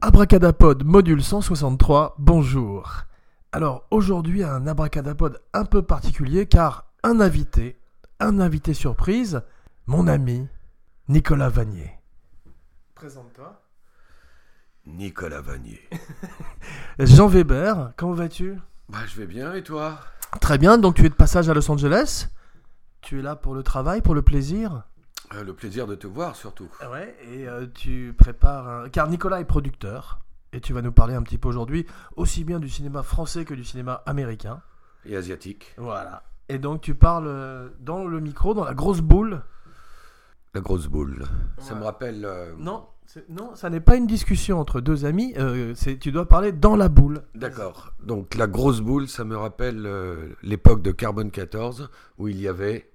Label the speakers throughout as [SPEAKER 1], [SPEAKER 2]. [SPEAKER 1] Abracadapod module 163, bonjour. Alors aujourd'hui un abracadapod un peu particulier car un invité, un invité surprise, mon ami Nicolas Vanier. Présente-toi.
[SPEAKER 2] Nicolas Vanier.
[SPEAKER 1] Jean Weber, comment vas-tu
[SPEAKER 2] Bah, je vais bien, et toi
[SPEAKER 1] Très bien, donc tu es de passage à Los Angeles Tu es là pour le travail, pour le plaisir
[SPEAKER 2] Euh, Le plaisir de te voir, surtout.
[SPEAKER 1] Ah Ouais, et euh, tu prépares un... Car Nicolas est producteur, et tu vas nous parler un petit peu aujourd'hui aussi bien du cinéma français que du cinéma américain.
[SPEAKER 2] Et asiatique.
[SPEAKER 1] Voilà. Et donc tu parles euh, dans le micro, dans la grosse boule.
[SPEAKER 2] La grosse boule. Ça
[SPEAKER 1] Ouais.
[SPEAKER 2] me rappelle... euh,
[SPEAKER 1] Non, c'est- non ça n'est pas une discussion entre deux amis, euh, c'est- tu dois parler dans la boule.
[SPEAKER 2] D'accord. Donc, la grosse boule, ça me rappelle euh, l'époque de Carbone 14, où il y avait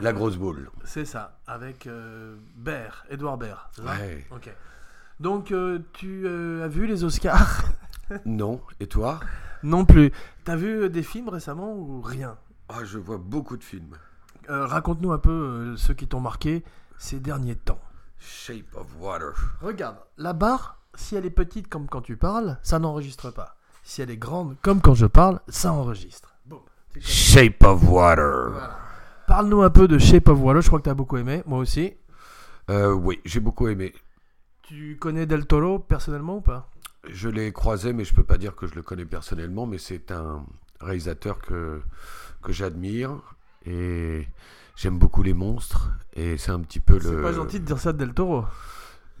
[SPEAKER 2] la grosse boule.
[SPEAKER 1] C'est ça, avec euh, Baird, Edouard Baird. c'est ça
[SPEAKER 2] Ouais.
[SPEAKER 1] Ok. Donc euh, tu euh, as vu les Oscars
[SPEAKER 2] Non, et toi
[SPEAKER 1] Non plus. T'as vu euh, des films récemment ou rien
[SPEAKER 2] Ah, je vois beaucoup de films.
[SPEAKER 1] Euh, Raconte-nous un peu euh, ceux qui t'ont marqué ces derniers temps.
[SPEAKER 2] Shape of Water.
[SPEAKER 1] Regarde, la barre, si elle est petite comme quand tu parles, ça n'enregistre pas. Si elle est grande comme quand je parle, ça enregistre. Bon.
[SPEAKER 2] Shape of Water.
[SPEAKER 1] Voilà. Parle-nous un peu de Shape of Water, je crois que t'as beaucoup aimé, moi aussi.
[SPEAKER 2] Euh, oui, j'ai beaucoup aimé.
[SPEAKER 1] Tu connais Del Toro personnellement ou pas
[SPEAKER 2] Je l'ai croisé, mais je peux pas dire que je le connais personnellement, mais c'est un réalisateur que, que j'admire et j'aime beaucoup les monstres et c'est un petit peu le.
[SPEAKER 1] C'est pas gentil de dire ça de Del Toro.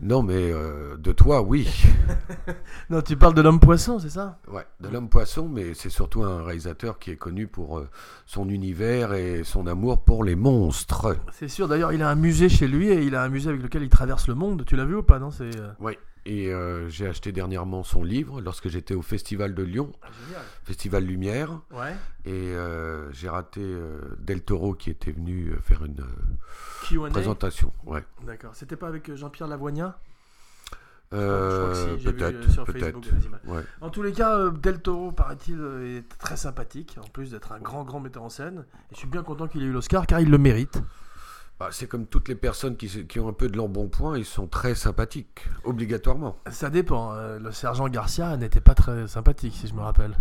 [SPEAKER 2] Non, mais euh, de toi, oui.
[SPEAKER 1] Non, tu parles de l'homme poisson, c'est ça
[SPEAKER 2] Ouais, de l'homme poisson, mais c'est surtout un réalisateur qui est connu pour euh, son univers et son amour pour les monstres.
[SPEAKER 1] C'est sûr, d'ailleurs, il a un musée chez lui et il a un musée avec lequel il traverse le monde. Tu l'as vu ou pas Non, c'est. euh,
[SPEAKER 2] Oui. Et euh, j'ai acheté dernièrement son livre lorsque j'étais au Festival de Lyon,
[SPEAKER 1] Ah,
[SPEAKER 2] Festival Lumière.
[SPEAKER 1] Ouais.
[SPEAKER 2] Et euh, j'ai raté euh, Del Toro qui était venu euh, faire une euh,
[SPEAKER 1] QA.
[SPEAKER 2] Présentation, ouais.
[SPEAKER 1] D'accord. C'était pas avec euh, Jean-Pierre Lavoignat
[SPEAKER 2] Euh,
[SPEAKER 1] Je crois que si, j'ai vu, euh,
[SPEAKER 2] peut-être,
[SPEAKER 1] sur Facebook
[SPEAKER 2] peut-être.
[SPEAKER 1] des images.
[SPEAKER 2] Ouais.
[SPEAKER 1] En tous les cas, euh, Del Toro, paraît-il, euh, est très sympathique, en plus d'être un grand, grand metteur en scène. Et je suis bien content qu'il ait eu l'Oscar car il le mérite.
[SPEAKER 2] Bah, c'est comme toutes les personnes qui, se- qui ont un peu de l'embonpoint, ils sont très sympathiques, obligatoirement.
[SPEAKER 1] Ça dépend. euh, le sergent Garcia n'était pas très sympathique, si je me rappelle.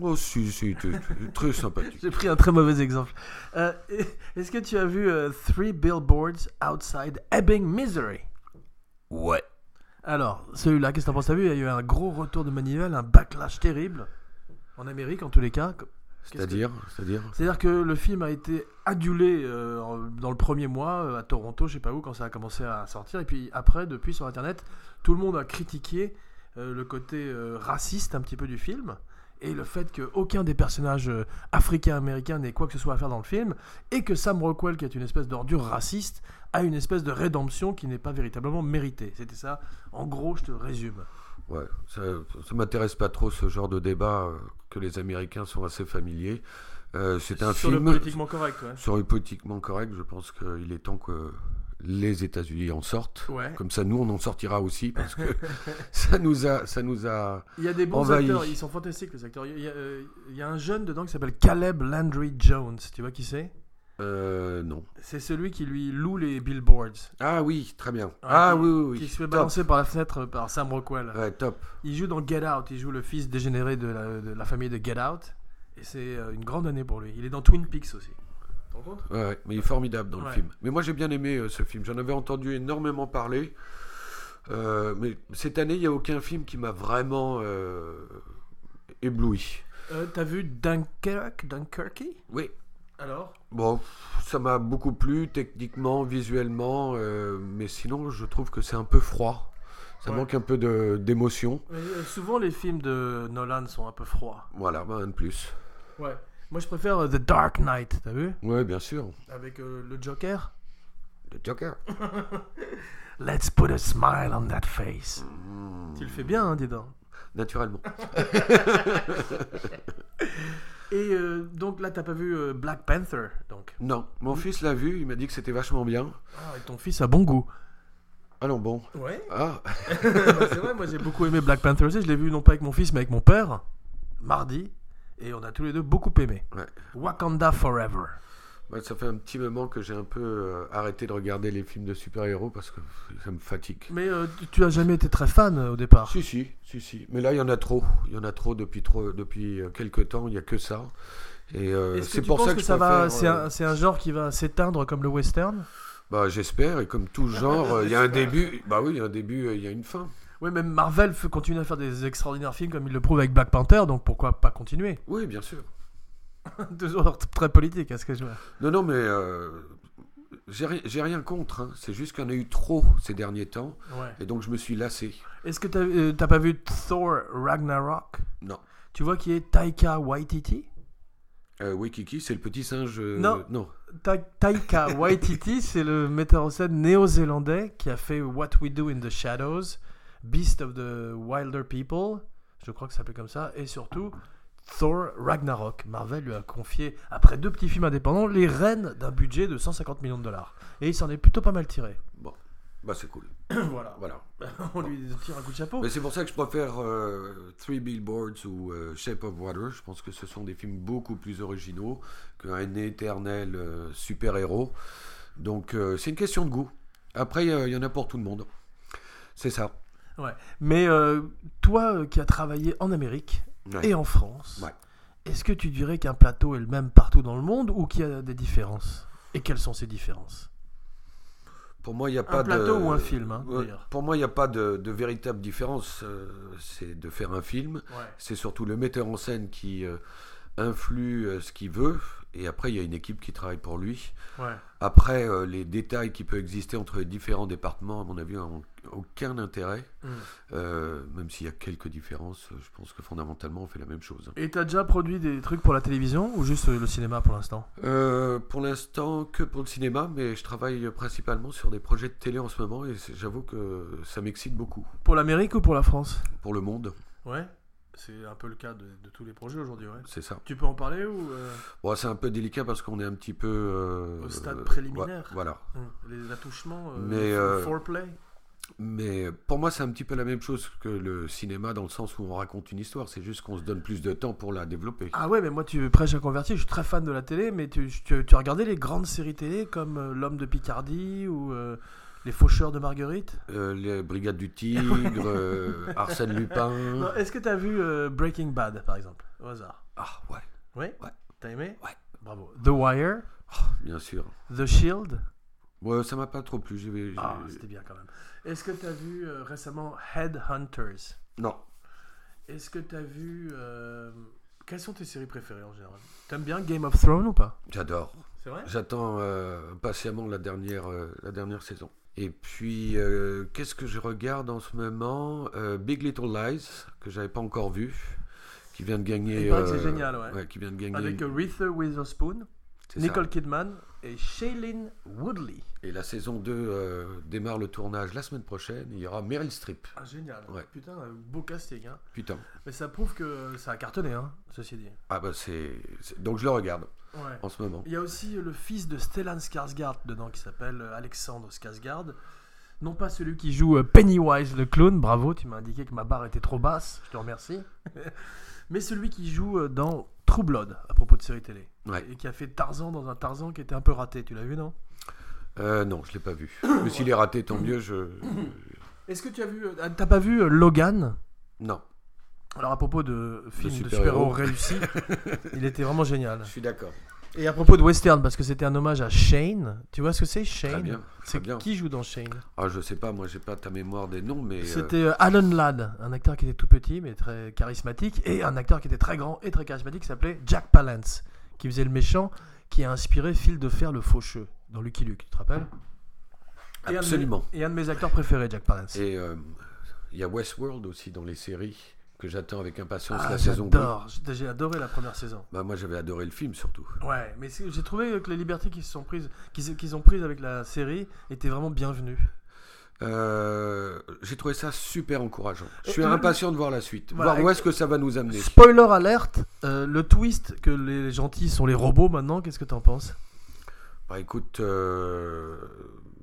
[SPEAKER 2] Oh, si, si, t- t- très sympathique.
[SPEAKER 1] J'ai pris un très mauvais exemple. Euh, Est-ce que tu as vu euh, Three Billboards Outside Ebbing, Missouri
[SPEAKER 2] Ouais.
[SPEAKER 1] Alors, celui-là, qu'est-ce que t'en penses T'as vu, il y a eu un gros retour de manivelle, un backlash terrible. En Amérique, en tous les cas.
[SPEAKER 2] C'est-à-dire, c'est-à-dire.
[SPEAKER 1] C'est-à-dire que le film a été adulé euh, en- dans le premier mois euh, à Toronto, je sais pas où, quand ça a commencé à sortir. Et puis après, depuis sur Internet, tout le monde a critiqué euh, le côté euh, raciste un petit peu du film et le fait qu'aucun des personnages euh, africains-américains n'ait quoi que ce soit à faire dans le film et que Sam Rockwell, qui est une espèce d'ordure raciste, a une espèce de rédemption qui n'est pas véritablement méritée. C'était ça, en gros, je te résume.
[SPEAKER 2] Ouais. Ça, ça m'intéresse pas trop ce genre de débat euh, que les Américains sont assez familiers. Euh, c'est un
[SPEAKER 1] Sur
[SPEAKER 2] film
[SPEAKER 1] le politiquement correct, ouais.
[SPEAKER 2] sur le politiquement correct. Je pense qu'il est temps que les États-Unis en sortent.
[SPEAKER 1] Ouais.
[SPEAKER 2] Comme ça, nous, on en sortira aussi parce que ça nous a, ça nous a.
[SPEAKER 1] Il y a des bons
[SPEAKER 2] Envahi.
[SPEAKER 1] acteurs, ils sont fantastiques les acteurs. Il y a, euh, il y a un jeune dedans qui s'appelle Caleb Landry Jones, tu vois qui c'est
[SPEAKER 2] Euh, non.
[SPEAKER 1] C'est celui qui lui loue les billboards,
[SPEAKER 2] Ah oui, très bien. ah
[SPEAKER 1] qui-
[SPEAKER 2] oui, oui, oui.
[SPEAKER 1] qui se fait
[SPEAKER 2] Top.
[SPEAKER 1] balancer par la fenêtre euh, par Sam Rockwell.
[SPEAKER 2] Ouais, top.
[SPEAKER 1] Il joue dans Get Out, il joue le fils dégénéré de la, de la famille de Get Out, et c'est euh, une grande année pour lui. Il est dans Twin Peaks aussi. T'en compte
[SPEAKER 2] Ouais, ouais, mais il est formidable dans
[SPEAKER 1] Ouais.
[SPEAKER 2] le film. Mais moi, j'ai bien aimé euh, ce film. J'en avais entendu énormément parler. Euh, mais cette année, il n'y a aucun film qui m'a vraiment euh, ébloui.
[SPEAKER 1] Euh, T'as vu Dunkirk Dunkirk
[SPEAKER 2] Oui.
[SPEAKER 1] Alors
[SPEAKER 2] Bon, ça m'a beaucoup plu techniquement, visuellement, euh, mais sinon, je trouve que c'est un peu froid. Ça
[SPEAKER 1] Ouais.
[SPEAKER 2] manque un peu de- d'émotion.
[SPEAKER 1] Mais, euh, Souvent les films de Nolan sont un peu froids.
[SPEAKER 2] Voilà, bah, un de plus.
[SPEAKER 1] Ouais. Moi je préfère euh, The Dark Knight, t'as vu
[SPEAKER 2] Ouais, bien sûr.
[SPEAKER 1] Avec euh, le Joker
[SPEAKER 2] Le Joker.
[SPEAKER 1] Let's put a smile on that face. Tu le fais bien, hein, dis donc.
[SPEAKER 2] Naturellement.
[SPEAKER 1] Et euh, donc là, t'as pas vu euh, Black Panther, donc.
[SPEAKER 2] Non, mon fils l'a vu, il m'a dit que c'était vachement bien.
[SPEAKER 1] Ah, et ton fils a bon goût.
[SPEAKER 2] Ah non, bon.
[SPEAKER 1] Ouais. bah,
[SPEAKER 2] Ah,
[SPEAKER 1] c'est vrai, moi j'ai beaucoup aimé Black Panther aussi. Je l'ai vu non pas avec mon fils, mais avec mon père, mardi. Et on a tous les deux beaucoup aimé.
[SPEAKER 2] Ouais.
[SPEAKER 1] Wakanda Forever.
[SPEAKER 2] ouais, bah, ça fait un petit moment que j'ai un peu euh, arrêté de regarder les films de super-héros parce que ça me fatigue.
[SPEAKER 1] Mais euh, tu- tu as jamais été très fan euh, au départ.
[SPEAKER 2] Si, si, si, si. Mais là, il y en a trop. Il y en a trop depuis, trop, depuis euh, quelques temps. Il n'y a que ça. Et euh,
[SPEAKER 1] Est-ce que
[SPEAKER 2] c'est
[SPEAKER 1] tu
[SPEAKER 2] pour
[SPEAKER 1] penses
[SPEAKER 2] ça
[SPEAKER 1] que,
[SPEAKER 2] que,
[SPEAKER 1] ça
[SPEAKER 2] je
[SPEAKER 1] va,
[SPEAKER 2] préfère,
[SPEAKER 1] c'est
[SPEAKER 2] euh,
[SPEAKER 1] un, c'est un genre qui va s'éteindre comme le western
[SPEAKER 2] Bah, j'espère. Et comme tout genre, euh, il y a un début. Bah oui, il y a un début, euh, il y a une fin.
[SPEAKER 1] Oui, même Marvel f- continue à faire des extraordinaires films comme il le prouve avec Black Panther, donc pourquoi pas continuer
[SPEAKER 2] Oui, bien sûr.
[SPEAKER 1] Toujours t- très politique, à ce que je vois.
[SPEAKER 2] Non, non, mais euh, j'ai ri- j'ai rien contre. hein. C'est juste qu'il y en a eu trop ces derniers temps.
[SPEAKER 1] Ouais.
[SPEAKER 2] Et donc, je me suis lassé.
[SPEAKER 1] Est-ce que t'as euh, t'as pas vu Thor Ragnarok
[SPEAKER 2] Non.
[SPEAKER 1] Tu vois qui est Taika Waititi
[SPEAKER 2] Euh, oui, Kiki, c'est le petit singe. euh,
[SPEAKER 1] Non.
[SPEAKER 2] Non.
[SPEAKER 1] Ta- Taika Waititi, c'est le metteur en scène néo-zélandais qui a fait What We Do in the Shadows, Beast of the Wilder People, je crois que ça s'appelait comme ça, et surtout Thor Ragnarok. Marvel lui a confié, après deux petits films indépendants, les rênes d'un budget de 150 millions de dollars. Et il s'en est plutôt pas mal tiré.
[SPEAKER 2] Bah, c'est cool.
[SPEAKER 1] voilà,
[SPEAKER 2] Voilà.
[SPEAKER 1] on lui tire un coup de chapeau.
[SPEAKER 2] Mais c'est pour ça que je préfère euh, Three Billboards ou euh, Shape of Water. Je pense que ce sont des films beaucoup plus originaux qu'un éternel euh, super-héros. Donc euh, c'est une question de goût. Après, euh, il y en a pour tout le monde. C'est ça.
[SPEAKER 1] Mais euh, toi euh, qui as travaillé en Amérique
[SPEAKER 2] Ouais.
[SPEAKER 1] et en France,
[SPEAKER 2] Ouais.
[SPEAKER 1] est-ce que tu dirais qu'un plateau est le même partout dans le monde ou qu'il y a des différences Et quelles sont ces différences
[SPEAKER 2] Pour moi, il n'y a
[SPEAKER 1] Un
[SPEAKER 2] pas
[SPEAKER 1] plateau
[SPEAKER 2] de...
[SPEAKER 1] ou un film, hein,
[SPEAKER 2] Ouais,
[SPEAKER 1] d'ailleurs.
[SPEAKER 2] Pour moi, il n'y a pas de, de véritable différence. euh, c'est de faire un film. C'est surtout le metteur en scène qui euh, influe euh, ce qu'il veut. Et après, il y a une équipe qui travaille pour lui.
[SPEAKER 1] Ouais.
[SPEAKER 2] Après, euh, les détails qui peuvent exister entre les différents départements, à mon avis, n'ont aucun intérêt.
[SPEAKER 1] Mm.
[SPEAKER 2] Euh, même s'il y a quelques différences, euh, je pense que fondamentalement, on fait la même chose. hein.
[SPEAKER 1] Et t'as déjà produit des trucs pour la télévision ou juste euh, le cinéma pour l'instant
[SPEAKER 2] Euh, pour l'instant, que pour le cinéma, mais je travaille principalement sur des projets de télé en ce moment et c'est- j'avoue que ça m'excite beaucoup.
[SPEAKER 1] Pour l'Amérique ou pour la France
[SPEAKER 2] Pour le monde,
[SPEAKER 1] Ouais, c'est un peu le cas de, tous les projets aujourd'hui.
[SPEAKER 2] c'est ça.
[SPEAKER 1] Tu peux en parler ou euh,
[SPEAKER 2] Bon, c'est un peu délicat parce qu'on est un petit peu. euh,
[SPEAKER 1] Au stade
[SPEAKER 2] euh,
[SPEAKER 1] préliminaire.
[SPEAKER 2] ouais, Voilà.
[SPEAKER 1] hum, les attouchements,
[SPEAKER 2] euh, Mais, le euh,
[SPEAKER 1] foreplay
[SPEAKER 2] Mais pour moi, c'est un petit peu la même chose que le cinéma dans le sens où on raconte une histoire. C'est juste qu'on se donne plus de temps pour la développer.
[SPEAKER 1] Ah ouais, mais moi tu prêches à converti, je suis très fan de la télé, mais tu, tu, tu as regardé les grandes séries télé comme euh, L'homme de Picardie ou euh, Les Faucheurs de Marguerite
[SPEAKER 2] Euh, les Brigades du Tigre, euh, Arsène
[SPEAKER 1] Non,
[SPEAKER 2] Lupin.
[SPEAKER 1] Est-ce que t'as vu euh, Breaking Bad par exemple, au hasard
[SPEAKER 2] Ah ouais,
[SPEAKER 1] Oui
[SPEAKER 2] Ouais.
[SPEAKER 1] T'as aimé
[SPEAKER 2] Ouais.
[SPEAKER 1] Bravo. The Wire,
[SPEAKER 2] bien sûr.
[SPEAKER 1] The Shield,
[SPEAKER 2] Ouais, ça m'a pas trop plu. J'ai, j'ai-
[SPEAKER 1] Ah, c'était bien quand même. Est-ce que tu as vu euh, récemment Headhunters
[SPEAKER 2] Non.
[SPEAKER 1] Est-ce que tu as vu. euh, Quelles sont tes séries préférées en général T'aimes bien Game of Thrones ou pas
[SPEAKER 2] J'adore.
[SPEAKER 1] C'est vrai
[SPEAKER 2] J'attends euh, impatiemment la dernière, euh, la dernière saison. Et puis, euh, qu'est-ce que je regarde en ce moment Euh, Big Little Lies, que j'avais pas encore vu, qui vient de gagner. euh,
[SPEAKER 1] Il paraît que c'est génial, ouais.
[SPEAKER 2] qui vient de gagner.
[SPEAKER 1] Avec euh, Reetha Witherspoon,
[SPEAKER 2] c'est ça.
[SPEAKER 1] Nicole Kidman et Shailene Woodley.
[SPEAKER 2] Et la saison 2 euh, démarre le tournage la semaine prochaine. Il y aura Meryl Streep.
[SPEAKER 1] Ah, génial.
[SPEAKER 2] Ouais.
[SPEAKER 1] Putain, euh, beau casting. Hein.
[SPEAKER 2] Putain.
[SPEAKER 1] Mais ça prouve que ça a cartonné, hein, ceci dit.
[SPEAKER 2] Ah bah c'est. c'est- Donc je le regarde
[SPEAKER 1] Ouais.
[SPEAKER 2] en ce moment.
[SPEAKER 1] Il y a aussi euh, le fils de Stellan Skarsgård dedans qui s'appelle euh, Alexandre Skarsgård. Non pas celui qui joue euh, Pennywise le clown, bravo, tu m'as indiqué que ma barre était trop basse, je te remercie. Mais celui qui joue euh, dans True Blood à propos de série télé.
[SPEAKER 2] Ouais.
[SPEAKER 1] Et qui a fait Tarzan dans un Tarzan qui était un peu raté, tu l'as vu non
[SPEAKER 2] Euh, non, je l'ai pas vu. Mais s'il est raté, tant mieux. Je...
[SPEAKER 1] Est-ce que tu as vu euh, ah, t'as pas vu euh, Logan
[SPEAKER 2] Non,
[SPEAKER 1] Alors à propos de films de super-héros
[SPEAKER 2] super-héros.
[SPEAKER 1] réussis, il était vraiment génial.
[SPEAKER 2] je suis d'accord.
[SPEAKER 1] Et à propos de western parce que c'était un hommage à Shane, tu vois ce que c'est Shane
[SPEAKER 2] bien, très
[SPEAKER 1] C'est
[SPEAKER 2] bien.
[SPEAKER 1] qui joue dans Shane
[SPEAKER 2] Ah, je sais pas, moi j'ai pas ta mémoire des noms, mais. euh,
[SPEAKER 1] C'était euh, Alan Ladd, un acteur qui était tout petit mais très charismatique, et un acteur qui était très grand et très charismatique qui s'appelait Jack Palance, qui faisait le méchant, qui a inspiré Phil de Fer le faucheux dans Lucky Luke, tu te rappelles Et un de mes-
[SPEAKER 2] Absolument.
[SPEAKER 1] Et un de mes acteurs préférés, Jack Palance.
[SPEAKER 2] Et euh, il y a Westworld aussi dans les séries que j'attends avec impatience
[SPEAKER 1] Ah,
[SPEAKER 2] la saison 2.
[SPEAKER 1] j'adore, j'ai j'ai adoré la première saison.
[SPEAKER 2] Bah, moi j'avais adoré le film surtout.
[SPEAKER 1] Ouais, mais c'est- j'ai trouvé que les libertés qu'ils se sont prises, qu'ils qu'ils ont prises avec la série étaient vraiment bienvenues.
[SPEAKER 2] Euh, j'ai trouvé ça super encourageant. Je
[SPEAKER 1] Et
[SPEAKER 2] suis
[SPEAKER 1] le-
[SPEAKER 2] impatient de voir la suite,
[SPEAKER 1] Euh, Voilà,
[SPEAKER 2] voir où est-ce que ça va nous amener.
[SPEAKER 1] Spoiler alerte, euh, le twist que les gentils sont les robots maintenant, qu'est-ce que t'en penses
[SPEAKER 2] Bah écoute, euh,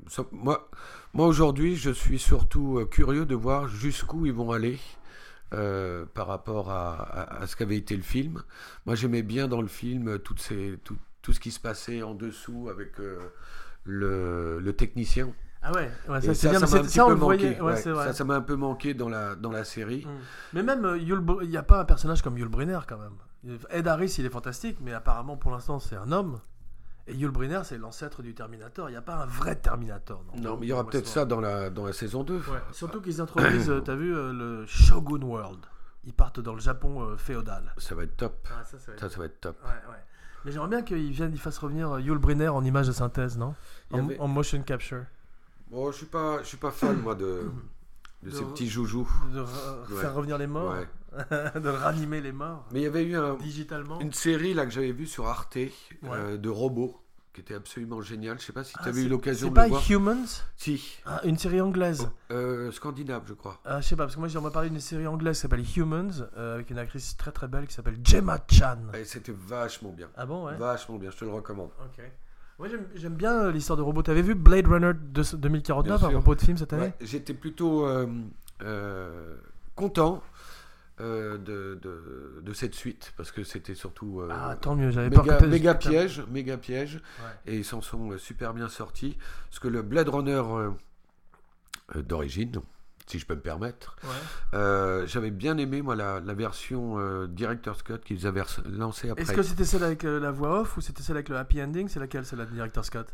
[SPEAKER 2] ça- moi, moi aujourd'hui, je suis surtout euh, curieux de voir jusqu'où ils vont aller euh, par rapport à, à- à ce qu'avait été le film. Moi, j'aimais bien dans le film euh, toutes ces, tout, tout ce qui se passait en dessous avec euh, le, le technicien.
[SPEAKER 1] Ah ouais, ouais,
[SPEAKER 2] Et
[SPEAKER 1] ça c'est bien, mais
[SPEAKER 2] m'a un
[SPEAKER 1] c'est-
[SPEAKER 2] petit
[SPEAKER 1] ça on
[SPEAKER 2] peu
[SPEAKER 1] le voyait,
[SPEAKER 2] manqué,
[SPEAKER 1] ouais,
[SPEAKER 2] ouais.
[SPEAKER 1] c'est vrai.
[SPEAKER 2] Ça, ça m'a un peu manqué dans la, dans la série.
[SPEAKER 1] Mm. Mais même, euh, Yul Br- il n'y a pas un personnage comme Yul Brynner quand même. Ed Harris, il est fantastique, mais apparemment pour l'instant c'est un homme. Et Yul Brynner, c'est l'ancêtre du Terminator. Il n'y a pas un vrai Terminator.
[SPEAKER 2] Non, mais il y aura
[SPEAKER 1] Dans
[SPEAKER 2] peut-être ça
[SPEAKER 1] Westworld.
[SPEAKER 2] dans la, dans la saison 2.
[SPEAKER 1] Ouais. Surtout qu'ils introduisent, euh, t'as vu, euh, le Shogun World. Ils partent dans le Japon euh, féodal.
[SPEAKER 2] Ça va être top.
[SPEAKER 1] Ah, ça, ça
[SPEAKER 2] Ça, ça va être top.
[SPEAKER 1] Ouais, ouais. Mais j'aimerais bien qu'ils viennent, ils fassent revenir euh, Yul Brynner en image de synthèse, non
[SPEAKER 2] Il y
[SPEAKER 1] en,
[SPEAKER 2] avait-
[SPEAKER 1] en motion capture.
[SPEAKER 2] Bon, je suis pas, je suis pas fan moi de, de
[SPEAKER 1] De
[SPEAKER 2] ces
[SPEAKER 1] re-
[SPEAKER 2] petits joujoux.
[SPEAKER 1] De re-
[SPEAKER 2] Ouais.
[SPEAKER 1] faire revenir les morts,
[SPEAKER 2] Ouais.
[SPEAKER 1] de ranimer les morts
[SPEAKER 2] Mais il y avait eu un-
[SPEAKER 1] digitalement.
[SPEAKER 2] une série là que j'avais vue sur Arte euh, de robots qui était absolument géniale. Je sais pas si tu
[SPEAKER 1] Ah,
[SPEAKER 2] avais eu
[SPEAKER 1] c'est-
[SPEAKER 2] l'occasion
[SPEAKER 1] C'est
[SPEAKER 2] de le
[SPEAKER 1] pas
[SPEAKER 2] voir.
[SPEAKER 1] Humans
[SPEAKER 2] Si,
[SPEAKER 1] Ah, Une série anglaise.
[SPEAKER 2] Euh, scandinave, je crois.
[SPEAKER 1] Ah, je sais pas, parce que moi j'aimerais parler d'une série anglaise qui s'appelle Humans, euh, avec une actrice très très belle qui s'appelle Gemma Chan.
[SPEAKER 2] Et c'était vachement bien,
[SPEAKER 1] Ah bon, ouais
[SPEAKER 2] vachement bien. Je te le recommande.
[SPEAKER 1] Ok. Moi j'aime- j'aime bien euh, l'histoire de robots. T'avais vu Blade Runner de- 2049
[SPEAKER 2] Bien
[SPEAKER 1] à
[SPEAKER 2] sûr.
[SPEAKER 1] propos de film cette année
[SPEAKER 2] Ouais, J'étais plutôt euh, euh, content euh, de, de- de cette suite parce que c'était surtout euh,
[SPEAKER 1] Ah, tant mieux, j'avais peur
[SPEAKER 2] méga,
[SPEAKER 1] que
[SPEAKER 2] méga piège, méga piège,
[SPEAKER 1] Ouais.
[SPEAKER 2] et ils s'en sont euh, super bien sortis. Parce que le Blade Runner euh, euh, d'origine, si je peux me permettre,
[SPEAKER 1] Ouais.
[SPEAKER 2] euh, j'avais bien aimé moi la, la version euh, Director's Cut qu'ils avaient re- lancée après.
[SPEAKER 1] Est-ce que c'était celle avec euh, la voix off ou c'était celle avec le happy ending C'est laquelle, celle de Director Scott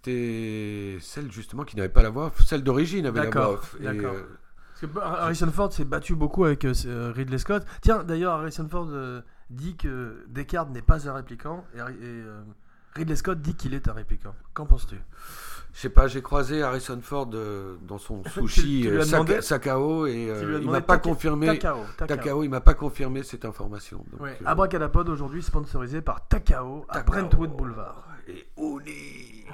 [SPEAKER 2] C'était celle justement qui n'avait pas la voix off, celle d'origine avait la voix
[SPEAKER 1] D'accord,
[SPEAKER 2] off. Et,
[SPEAKER 1] d'accord.
[SPEAKER 2] euh,
[SPEAKER 1] Parce que bah, Harrison Ford s'est battu beaucoup avec euh, c'est, euh, Ridley Scott. Tiens, d'ailleurs, Harrison Ford euh, dit que Descartes n'est pas un répliquant et, Harry- et, euh, Ridley Scott dit qu'il est un répliquant. Qu'en penses-tu
[SPEAKER 2] Je sais pas, j'ai croisé Harrison Ford euh, dans son sushi
[SPEAKER 1] tu lui as
[SPEAKER 2] euh, Saka-
[SPEAKER 1] demandé-
[SPEAKER 2] Sakao et euh,
[SPEAKER 1] Tu lui as
[SPEAKER 2] il
[SPEAKER 1] demandé
[SPEAKER 2] m'a pas
[SPEAKER 1] Taka-
[SPEAKER 2] confirmé.
[SPEAKER 1] Takao. Takao.
[SPEAKER 2] Takao, il m'a pas confirmé cette information. Donc,
[SPEAKER 1] Ouais. Ah
[SPEAKER 2] euh,
[SPEAKER 1] Abracadapod aujourd'hui sponsorisé par Takao à
[SPEAKER 2] Takao.
[SPEAKER 1] Brentwood Boulevard.
[SPEAKER 2] Et Ouni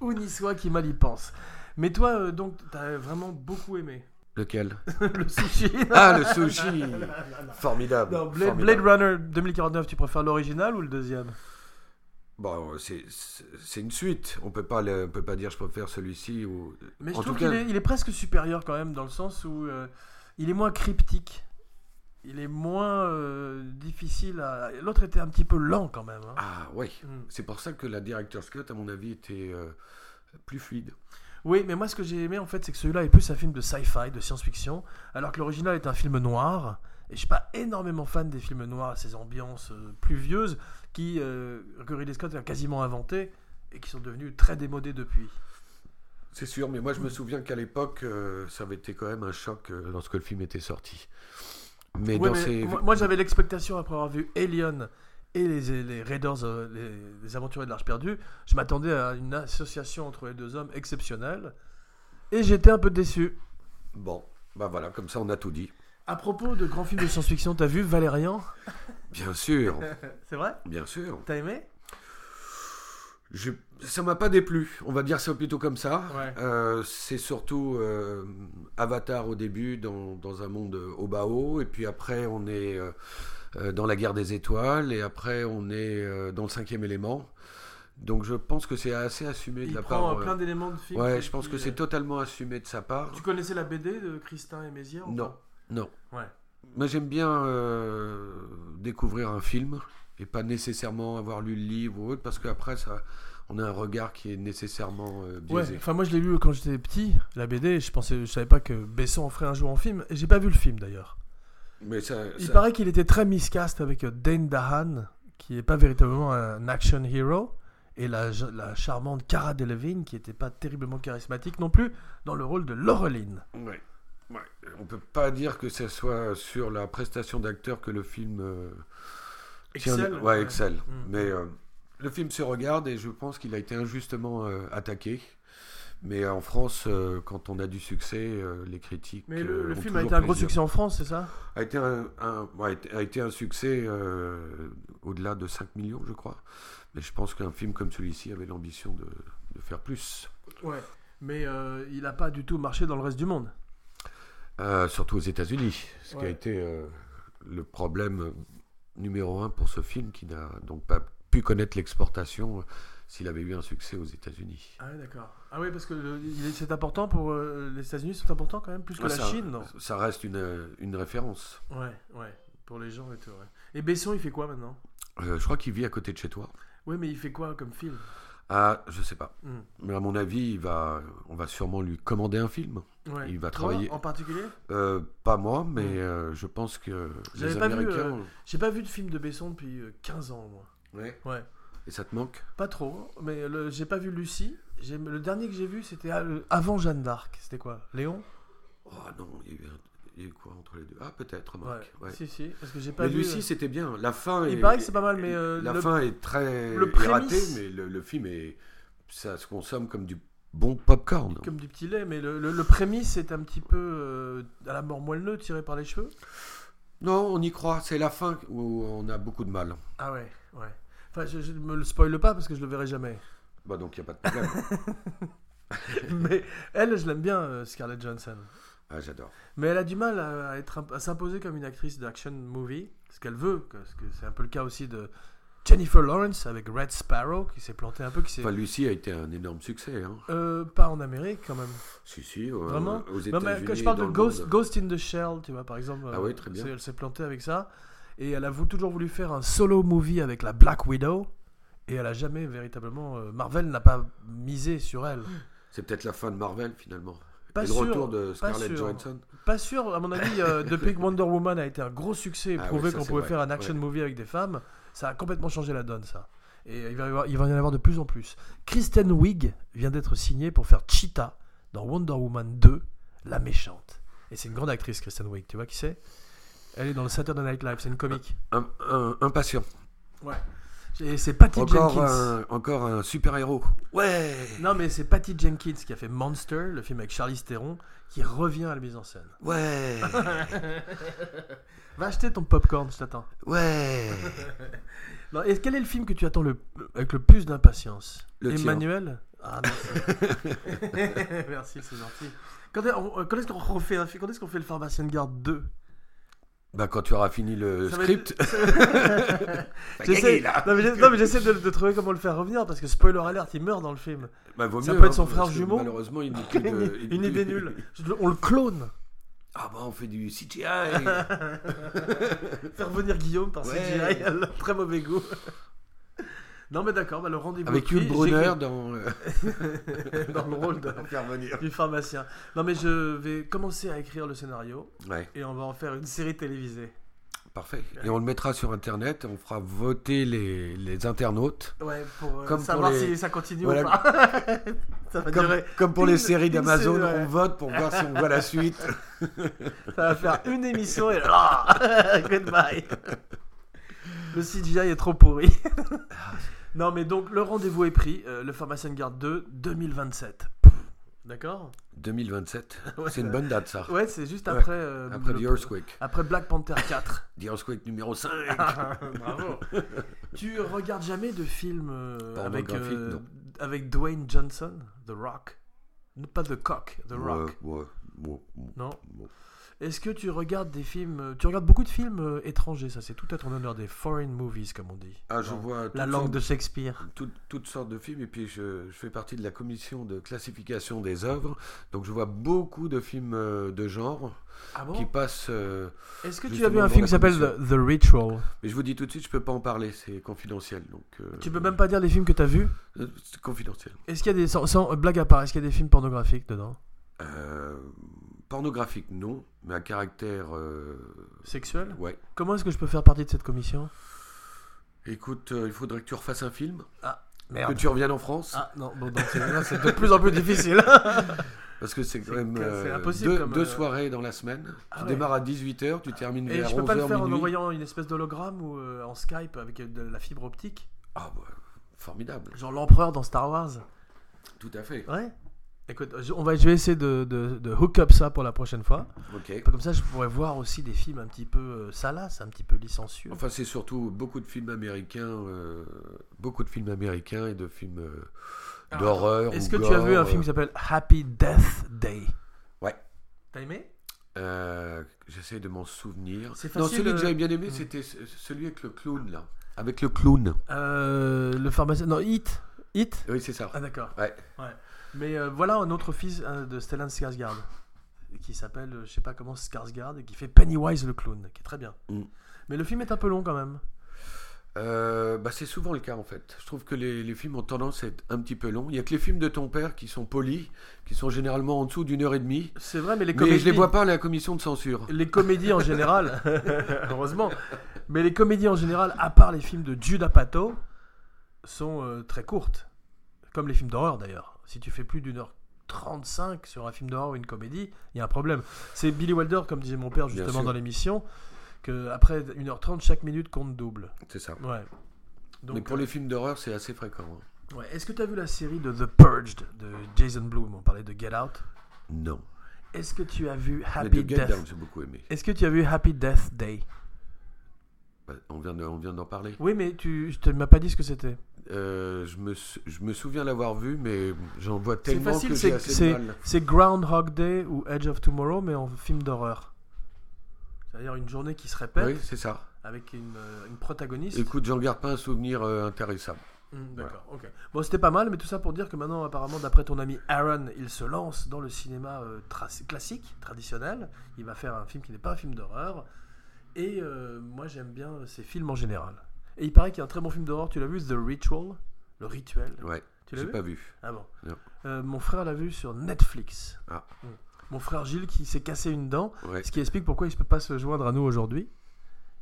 [SPEAKER 1] Uniswa qui mal y pense. Mais toi, euh, donc, t'as vraiment beaucoup aimé
[SPEAKER 2] Lequel
[SPEAKER 1] le sushi.
[SPEAKER 2] Ah, le sushi Formidable.
[SPEAKER 1] Non, Blade,
[SPEAKER 2] formidable.
[SPEAKER 1] Blade Runner 2049, tu préfères l'original ou le deuxième
[SPEAKER 2] Bon, c'est- c'est c'est une suite. On peut pas, le- on peut pas dire je préfère celui-ci ou.
[SPEAKER 1] Mais je
[SPEAKER 2] En
[SPEAKER 1] trouve
[SPEAKER 2] tout
[SPEAKER 1] qu'il
[SPEAKER 2] cas-
[SPEAKER 1] est, il est presque supérieur quand même dans le sens où euh, il est moins cryptique. Il est moins euh, difficile à... L'autre était un petit peu lent quand même. hein.
[SPEAKER 2] Ah oui.
[SPEAKER 1] Mm.
[SPEAKER 2] C'est pour ça que la director's cut, à mon avis, était euh, plus fluide.
[SPEAKER 1] Oui, mais moi ce que j'ai aimé en fait, c'est que celui-là est plus un film de sci-fi, de science-fiction, alors que l'original est un film noir. Et je suis pas énormément fan des films noirs, ces ambiances euh, pluvieuses qui euh, que Ridley Scott a quasiment inventées et qui sont devenues très démodées depuis.
[SPEAKER 2] C'est sûr, mais moi je me souviens qu'à l'époque, euh, ça avait été quand même un choc euh, lorsque le film était sorti. Mais
[SPEAKER 1] Ouais,
[SPEAKER 2] dans
[SPEAKER 1] mais
[SPEAKER 2] ces.
[SPEAKER 1] Moi, moi, j'avais l'expectation après avoir vu Alien et les, les Raiders, euh, les, les aventuriers de l'Arche perdue, je m'attendais à une association entre les deux hommes exceptionnelle. Et j'étais un peu déçu.
[SPEAKER 2] Bon, bah voilà, comme ça on a tout dit.
[SPEAKER 1] À propos de grands films de science-fiction, t'as vu Valérian
[SPEAKER 2] Bien sûr,
[SPEAKER 1] C'est vrai
[SPEAKER 2] bien sûr.
[SPEAKER 1] T'as aimé
[SPEAKER 2] Je... Ça m'a pas déplu, on va dire ça plutôt comme ça.
[SPEAKER 1] Ouais.
[SPEAKER 2] Euh, c'est surtout euh, Avatar au début, dans, dans un monde euh, au bas haut, et puis après on est euh, euh, dans la guerre des étoiles, et après on est euh, dans le cinquième élément. Donc je pense que c'est assez assumé de
[SPEAKER 1] Il
[SPEAKER 2] la
[SPEAKER 1] prend
[SPEAKER 2] part.
[SPEAKER 1] euh,
[SPEAKER 2] euh,
[SPEAKER 1] plein d'éléments de films.
[SPEAKER 2] Ouais,
[SPEAKER 1] qui-
[SPEAKER 2] je pense que
[SPEAKER 1] qui,
[SPEAKER 2] c'est
[SPEAKER 1] euh,
[SPEAKER 2] totalement assumé de sa part.
[SPEAKER 1] Tu connaissais la BD de Christin et Mézières
[SPEAKER 2] Non, non.
[SPEAKER 1] Ouais.
[SPEAKER 2] Moi, j'aime bien euh, découvrir un film et pas nécessairement avoir lu le livre ou autre, parce qu'après, ça, on a un regard qui est nécessairement euh,
[SPEAKER 1] Ouais,
[SPEAKER 2] biaisé.
[SPEAKER 1] enfin moi je l'ai lu quand j'étais petit, la BD, je pensais, je savais pas que Besson en ferait un jour en film, et j'ai pas vu le film d'ailleurs.
[SPEAKER 2] Mais ça,
[SPEAKER 1] Il
[SPEAKER 2] ça-
[SPEAKER 1] paraît qu'il était très miscast avec euh, Dane Dahan, qui n'est pas véritablement un action hero, et la, je- la charmante Cara Delevingne, qui n'était pas terriblement charismatique non plus, dans le rôle de Laureline.
[SPEAKER 2] ouais, ouais. on peut pas dire que ce soit sur la prestation d'acteur que le film euh, tient- ouais, excelle.
[SPEAKER 1] Mm.
[SPEAKER 2] Mais euh, le film se regarde et je pense qu'il a été injustement euh, attaqué. Mais en France, euh, quand on a du succès, euh, les critiques.
[SPEAKER 1] Mais le,
[SPEAKER 2] euh,
[SPEAKER 1] le
[SPEAKER 2] ont
[SPEAKER 1] film a
[SPEAKER 2] toujours
[SPEAKER 1] été un gros
[SPEAKER 2] plaisir.
[SPEAKER 1] succès en France, c'est ça
[SPEAKER 2] a été un, un- ouais, a été un succès euh, au-delà de 5 millions, je crois. Mais je pense qu'un film comme celui-ci avait l'ambition de, de faire plus.
[SPEAKER 1] Ouais. mais euh, il n'a pas du tout marché dans le reste du monde.
[SPEAKER 2] Euh, surtout aux États-Unis, ce qui
[SPEAKER 1] Ouais.
[SPEAKER 2] a été euh, le problème numéro un pour ce film qui n'a donc pas pu connaître l'exportation euh, s'il avait eu un succès aux États-Unis.
[SPEAKER 1] Ah oui, d'accord. Ah oui, parce que le- il est- c'est important pour euh, les États-Unis, c'est important quand même, plus que
[SPEAKER 2] Ah,
[SPEAKER 1] la
[SPEAKER 2] ça-
[SPEAKER 1] Chine, non
[SPEAKER 2] Ça reste une, euh, une référence.
[SPEAKER 1] Ouais, ouais, pour les gens et tout. ouais. Et Besson, il fait quoi maintenant
[SPEAKER 2] Euh, je crois qu'il vit à côté de chez toi.
[SPEAKER 1] Oui, mais il fait quoi comme film
[SPEAKER 2] Ah, je sais pas.
[SPEAKER 1] Hmm.
[SPEAKER 2] Mais à mon avis, il va, on va sûrement lui commander un film.
[SPEAKER 1] Ouais.
[SPEAKER 2] Il va
[SPEAKER 1] Toi,
[SPEAKER 2] travailler-
[SPEAKER 1] en particulier
[SPEAKER 2] Euh, pas moi, mais
[SPEAKER 1] Mm.
[SPEAKER 2] euh, je pense que les
[SPEAKER 1] J'avais pas vu, euh,
[SPEAKER 2] Américains.
[SPEAKER 1] J'ai pas vu de film de Besson depuis euh, 15 ans, moi.
[SPEAKER 2] Ouais.
[SPEAKER 1] Ouais.
[SPEAKER 2] Et ça te manque
[SPEAKER 1] Pas trop, mais le- j'ai pas vu Lucie. J'ai- Le dernier que j'ai vu, c'était ah, le- avant Jeanne d'Arc. C'était quoi Léon
[SPEAKER 2] Oh non, il y a eu, un- il y a eu quoi entre les deux Ah, peut-être, Marc. Ouais.
[SPEAKER 1] Si, si. Parce que j'ai pas
[SPEAKER 2] Mais
[SPEAKER 1] vu. euh,
[SPEAKER 2] Lucie, c'était bien. La fin.
[SPEAKER 1] Il
[SPEAKER 2] est-
[SPEAKER 1] paraît que c'est pas mal, mais,
[SPEAKER 2] est-
[SPEAKER 1] euh,
[SPEAKER 2] la
[SPEAKER 1] le-
[SPEAKER 2] fin est très
[SPEAKER 1] le
[SPEAKER 2] est
[SPEAKER 1] prémisse-
[SPEAKER 2] ratée, mais le, le film est, ça se consomme comme du bon popcorn.
[SPEAKER 1] Comme du petit lait, mais le, le, le prémisse est un petit peu euh, à la mort moelleux, tiré par les cheveux.
[SPEAKER 2] Non, on y croit. C'est la fin où on a beaucoup de mal.
[SPEAKER 1] Ah ouais, ouais. Enfin, je, je ne me le spoile pas parce que je le verrai jamais.
[SPEAKER 2] Bah donc il n'y a pas de problème.
[SPEAKER 1] mais elle, je l'aime bien, euh, Scarlett Johansson.
[SPEAKER 2] ah, j'adore.
[SPEAKER 1] Mais elle a du mal à, à être, un- à s'imposer comme une actrice d'action movie, ce qu'elle veut, que- parce que c'est un peu le cas aussi de Jennifer Lawrence avec Red Sparrow, qui s'est plantée un peu, qui s'est...
[SPEAKER 2] Enfin, Lucie a été un énorme succès. Hein.
[SPEAKER 1] Euh, pas en Amérique quand même.
[SPEAKER 2] Si, si. euh,
[SPEAKER 1] Vraiment
[SPEAKER 2] Aux États-Unis.
[SPEAKER 1] Non, mais que je
[SPEAKER 2] et
[SPEAKER 1] parle
[SPEAKER 2] dans
[SPEAKER 1] de
[SPEAKER 2] le
[SPEAKER 1] Ghost,
[SPEAKER 2] monde.
[SPEAKER 1] Ghost in the Shell, tu vois, par exemple.
[SPEAKER 2] Ah
[SPEAKER 1] euh,
[SPEAKER 2] oui, très bien.
[SPEAKER 1] c'est- Elle s'est plantée avec ça. Et elle a vou- toujours voulu faire un solo movie avec la Black Widow. Et elle a jamais véritablement. euh, Marvel n'a pas misé sur elle.
[SPEAKER 2] C'est peut-être la fin de Marvel finalement.
[SPEAKER 1] Pas
[SPEAKER 2] et
[SPEAKER 1] sûr.
[SPEAKER 2] le retour de Scarlett
[SPEAKER 1] sûr.
[SPEAKER 2] Johansson.
[SPEAKER 1] Pas sûr, à mon avis, euh, depuis que Wonder Woman a été un gros succès et
[SPEAKER 2] Ah
[SPEAKER 1] prouvé
[SPEAKER 2] ouais, ça,
[SPEAKER 1] qu'on
[SPEAKER 2] c'est
[SPEAKER 1] pouvait
[SPEAKER 2] vrai.
[SPEAKER 1] faire un action
[SPEAKER 2] Ouais.
[SPEAKER 1] movie avec des femmes, ça a complètement changé la donne, ça. Et il va y, avoir- il va y en avoir de plus en plus. Kristen Wiig vient d'être signée pour faire Cheetah dans Wonder Woman 2, la méchante. Et c'est une grande actrice, Kristen Wiig, tu vois qui c'est Elle est dans le Saturday Night Live, c'est une comique.
[SPEAKER 2] Un, un- impatient.
[SPEAKER 1] Et c'est Patty
[SPEAKER 2] Encore euh,
[SPEAKER 1] Jenkins.
[SPEAKER 2] un, encore un super héros. Ouais.
[SPEAKER 1] Non, mais c'est Patty Jenkins qui a fait Monster, le film avec Charlize Theron, qui revient à la mise en scène.
[SPEAKER 2] Ouais.
[SPEAKER 1] Va acheter ton popcorn, je t'attends.
[SPEAKER 2] ouais.
[SPEAKER 1] Non, et quel est le film que tu attends le, avec le plus d'impatience
[SPEAKER 2] Le tien.
[SPEAKER 1] Emmanuel Ah merci. merci, c'est gentil. Quand, est- on- quand est-ce qu'on refait un film Quand est-ce qu'on fait le Pharmacien de garde 2
[SPEAKER 2] Bah quand tu auras fini le
[SPEAKER 1] Ça va être-
[SPEAKER 2] script. T'as
[SPEAKER 1] J'essaie-
[SPEAKER 2] gagné, là.
[SPEAKER 1] Non mais j'ai- non, mais j'essaie de, de trouver comment le faire revenir parce que spoiler alert, il meurt dans le film.
[SPEAKER 2] Bah, vaut
[SPEAKER 1] ça
[SPEAKER 2] mieux,
[SPEAKER 1] peut être son
[SPEAKER 2] parce
[SPEAKER 1] frère
[SPEAKER 2] que
[SPEAKER 1] jumeau.
[SPEAKER 2] Malheureusement, il n'est plus
[SPEAKER 1] Une,
[SPEAKER 2] de- il-
[SPEAKER 1] une idée nulle. Je- On le clone.
[SPEAKER 2] Ah bah on fait du CGI.
[SPEAKER 1] Faire venir Guillaume par
[SPEAKER 2] Ouais.
[SPEAKER 1] CGI, elle a très mauvais goût. Non mais d'accord, bah, le rendez-vous
[SPEAKER 2] Avec
[SPEAKER 1] est
[SPEAKER 2] Yul
[SPEAKER 1] pris.
[SPEAKER 2] Brunner dans. euh,
[SPEAKER 1] J'écris- dans le rôle de-
[SPEAKER 2] faire venir.
[SPEAKER 1] du pharmacien. Non mais je vais commencer à écrire le scénario.
[SPEAKER 2] Ouais,
[SPEAKER 1] Et on va en faire une série télévisée.
[SPEAKER 2] parfait. Et on le mettra sur internet. On fera voter les, les internautes.
[SPEAKER 1] Ouais, pour euh,
[SPEAKER 2] Comme pour
[SPEAKER 1] savoir
[SPEAKER 2] les-
[SPEAKER 1] si ça continue
[SPEAKER 2] Voilà.
[SPEAKER 1] ou pas. ça, va
[SPEAKER 2] Comme,
[SPEAKER 1] durer-
[SPEAKER 2] comme pour
[SPEAKER 1] une-
[SPEAKER 2] les séries
[SPEAKER 1] une
[SPEAKER 2] d'Amazon,
[SPEAKER 1] série, ouais.
[SPEAKER 2] on vote pour voir si on voit la suite.
[SPEAKER 1] ça va faire une émission et là, goodbye. Le CGI est trop pourri. non, mais donc le rendez-vous est pris. euh, le pharmacien de garde 2, 2027. D'accord
[SPEAKER 2] 2027.
[SPEAKER 1] Ouais.
[SPEAKER 2] C'est une bonne date ça.
[SPEAKER 1] Ouais, c'est juste
[SPEAKER 2] Ouais.
[SPEAKER 1] après. euh,
[SPEAKER 2] Après
[SPEAKER 1] le-
[SPEAKER 2] The Earthquake.
[SPEAKER 1] après Black Panther 4.
[SPEAKER 2] The Earthquake numéro 5.
[SPEAKER 1] Ah, Bravo. tu regardes jamais de films euh, avec,
[SPEAKER 2] Pornographique,
[SPEAKER 1] euh,
[SPEAKER 2] non.
[SPEAKER 1] avec Dwayne Johnson, The Rock Pas The Cock, The Rock. Non.
[SPEAKER 2] Bon.
[SPEAKER 1] Est-ce que tu regardes des films euh, Tu regardes beaucoup de films euh, étrangers, ça c'est tout à ton honneur, des foreign movies comme on dit.
[SPEAKER 2] Ah, je
[SPEAKER 1] Genre,
[SPEAKER 2] vois
[SPEAKER 1] La
[SPEAKER 2] toutes
[SPEAKER 1] langue
[SPEAKER 2] sortes-
[SPEAKER 1] de Shakespeare.
[SPEAKER 2] toutes, toutes sortes de films et puis je, je fais partie de la commission de classification des œuvres. Donc je vois beaucoup de films euh, de genre
[SPEAKER 1] Ah
[SPEAKER 2] qui
[SPEAKER 1] bon
[SPEAKER 2] passent. euh,
[SPEAKER 1] Est-ce que tu as
[SPEAKER 2] justement
[SPEAKER 1] vu un
[SPEAKER 2] dans
[SPEAKER 1] film
[SPEAKER 2] la
[SPEAKER 1] qui s'appelle The,
[SPEAKER 2] commission.
[SPEAKER 1] The Ritual
[SPEAKER 2] Mais je vous dis tout de suite, je peux pas en parler, c'est confidentiel. Donc euh,
[SPEAKER 1] Tu peux même pas dire les films que t'as vus
[SPEAKER 2] euh, C'est confidentiel.
[SPEAKER 1] Est-ce qu'il y a des. Sans, sans- euh, blague à part, est-ce qu'il y a des films pornographiques dedans
[SPEAKER 2] Euh, pornographique non, mais à caractère. euh,
[SPEAKER 1] Sexuels
[SPEAKER 2] Ouais.
[SPEAKER 1] Comment est-ce que je peux faire partie de cette commission
[SPEAKER 2] Écoute, euh, il faudrait que tu refasses un film,
[SPEAKER 1] Merde.
[SPEAKER 2] que tu reviennes en France,
[SPEAKER 1] Ah non, bon, donc c'est là, c'est de plus en plus difficile.
[SPEAKER 2] Ah parce que c'est
[SPEAKER 1] c'est
[SPEAKER 2] quand même
[SPEAKER 1] que- c'est
[SPEAKER 2] euh,
[SPEAKER 1] impossible
[SPEAKER 2] deux,
[SPEAKER 1] comme,
[SPEAKER 2] deux
[SPEAKER 1] euh,
[SPEAKER 2] soirées dans la semaine.
[SPEAKER 1] Ah
[SPEAKER 2] tu
[SPEAKER 1] ouais.
[SPEAKER 2] démarres à 18h, tu termines
[SPEAKER 1] Et
[SPEAKER 2] vers
[SPEAKER 1] je peux pas le
[SPEAKER 2] 11h
[SPEAKER 1] faire en
[SPEAKER 2] minuit.
[SPEAKER 1] envoyant une espèce d'hologramme ou euh, en Skype avec de la fibre optique
[SPEAKER 2] Ah bah, formidable,
[SPEAKER 1] Genre l'empereur dans Star Wars
[SPEAKER 2] tout à fait.
[SPEAKER 1] Ouais. Écoute, je- on va, je vais essayer de, de, de hook up ça pour la prochaine fois.
[SPEAKER 2] Ok.
[SPEAKER 1] Comme ça, je pourrais voir aussi des films un petit peu euh, salaces, un petit peu licencieux.
[SPEAKER 2] Enfin, c'est surtout beaucoup de films américains, euh, beaucoup de films américains et de films euh,
[SPEAKER 1] Alors,
[SPEAKER 2] d'horreur.
[SPEAKER 1] Ah, Est-ce
[SPEAKER 2] ou
[SPEAKER 1] que tu as vu
[SPEAKER 2] gore,
[SPEAKER 1] un film qui
[SPEAKER 2] euh,
[SPEAKER 1] s'appelle Happy Death Day
[SPEAKER 2] Ouais.
[SPEAKER 1] T'as aimé
[SPEAKER 2] euh, J'essaie de m'en souvenir.
[SPEAKER 1] C'est
[SPEAKER 2] Non,
[SPEAKER 1] facile,
[SPEAKER 2] celui
[SPEAKER 1] euh,
[SPEAKER 2] que j'avais bien aimé,
[SPEAKER 1] hmm.
[SPEAKER 2] c'était ce- celui avec le clown, là. Avec le clown.
[SPEAKER 1] Euh, Le pharmacien. Non, Hit. Hit
[SPEAKER 2] Oui, c'est ça.
[SPEAKER 1] Ah, d'accord.
[SPEAKER 2] Ouais.
[SPEAKER 1] Mais euh, voilà un autre fils hein, de Stellan Skarsgård qui s'appelle, euh, je sais pas comment, Skarsgård et qui fait Pennywise le clown, qui est très bien.
[SPEAKER 2] Mm.
[SPEAKER 1] Mais le film est un peu long quand même.
[SPEAKER 2] Euh, bah, c'est souvent le cas en fait. Je trouve que les, les films ont tendance à être un petit peu longs. Il y a que les films de ton père qui sont polis, qui sont généralement en dessous d'une heure et demie.
[SPEAKER 1] C'est vrai, mais les
[SPEAKER 2] mais
[SPEAKER 1] comédies,
[SPEAKER 2] je les vois pas à la commission de censure.
[SPEAKER 1] les comédies en général, heureusement, mais les comédies en général, à part les films de Judd Apatow, sont euh, très courtes. Comme les films d'horreur d'ailleurs. Si tu fais plus d'une heure 35 sur un film d'horreur ou une comédie, il y a un problème. C'est Billy Wilder, comme disait mon père
[SPEAKER 2] Bien
[SPEAKER 1] justement
[SPEAKER 2] sûr.
[SPEAKER 1] dans l'émission, que après 1h30, chaque minute compte double.
[SPEAKER 2] C'est ça.
[SPEAKER 1] Ouais. Donc,
[SPEAKER 2] mais pour les films d'horreur, c'est assez fréquent. hein.
[SPEAKER 1] euh, ouais. Est-ce que tu as vu la série de The Purged de Jason Blum On parlait de Get Out.
[SPEAKER 2] Non.
[SPEAKER 1] Est-ce que tu as vu
[SPEAKER 2] Mais
[SPEAKER 1] Happy
[SPEAKER 2] de Get
[SPEAKER 1] Death
[SPEAKER 2] Down, j'ai beaucoup aimé.
[SPEAKER 1] Est-ce que tu as vu Happy Death Day
[SPEAKER 2] Bah, on vient de- on vient d'en parler.
[SPEAKER 1] Oui, mais tu je te- m'as pas dit ce que c'était.
[SPEAKER 2] Euh, je, me, sou- je me souviens l'avoir vu, mais j'en vois
[SPEAKER 1] C'est
[SPEAKER 2] tellement
[SPEAKER 1] facile,
[SPEAKER 2] que j'ai
[SPEAKER 1] c'est-
[SPEAKER 2] assez de
[SPEAKER 1] c'est
[SPEAKER 2] mal.
[SPEAKER 1] c'est Groundhog Day ou Edge of Tomorrow, mais en film d'horreur. C'est-à-dire une journée qui se répète
[SPEAKER 2] Oui, c'est ça.
[SPEAKER 1] avec une, euh, une protagoniste.
[SPEAKER 2] Écoute, j'en garde pas un souvenir euh, intéressant.
[SPEAKER 1] Hmm, D'accord, ok. Bon, c'était pas mal, mais tout ça pour dire que maintenant, apparemment, d'après ton ami Aaron, il se lance dans le cinéma euh, tra- classique, traditionnel. Il va faire un film qui n'est pas un film d'horreur. Et euh, moi, j'aime bien ces films en général. Et il paraît qu'il y a un très bon film d'horreur, tu l'as vu, The Ritual Le Rituel.
[SPEAKER 2] Ouais,
[SPEAKER 1] Tu l'as
[SPEAKER 2] j'ai
[SPEAKER 1] vu
[SPEAKER 2] pas vu.
[SPEAKER 1] Ah bon
[SPEAKER 2] Non.
[SPEAKER 1] Euh, Mon frère l'a vu sur Netflix.
[SPEAKER 2] Ah.
[SPEAKER 1] Hmm. Mon frère Gilles qui s'est cassé une dent,
[SPEAKER 2] Ouais,
[SPEAKER 1] ce qui explique pourquoi il ne peut pas se joindre à nous aujourd'hui.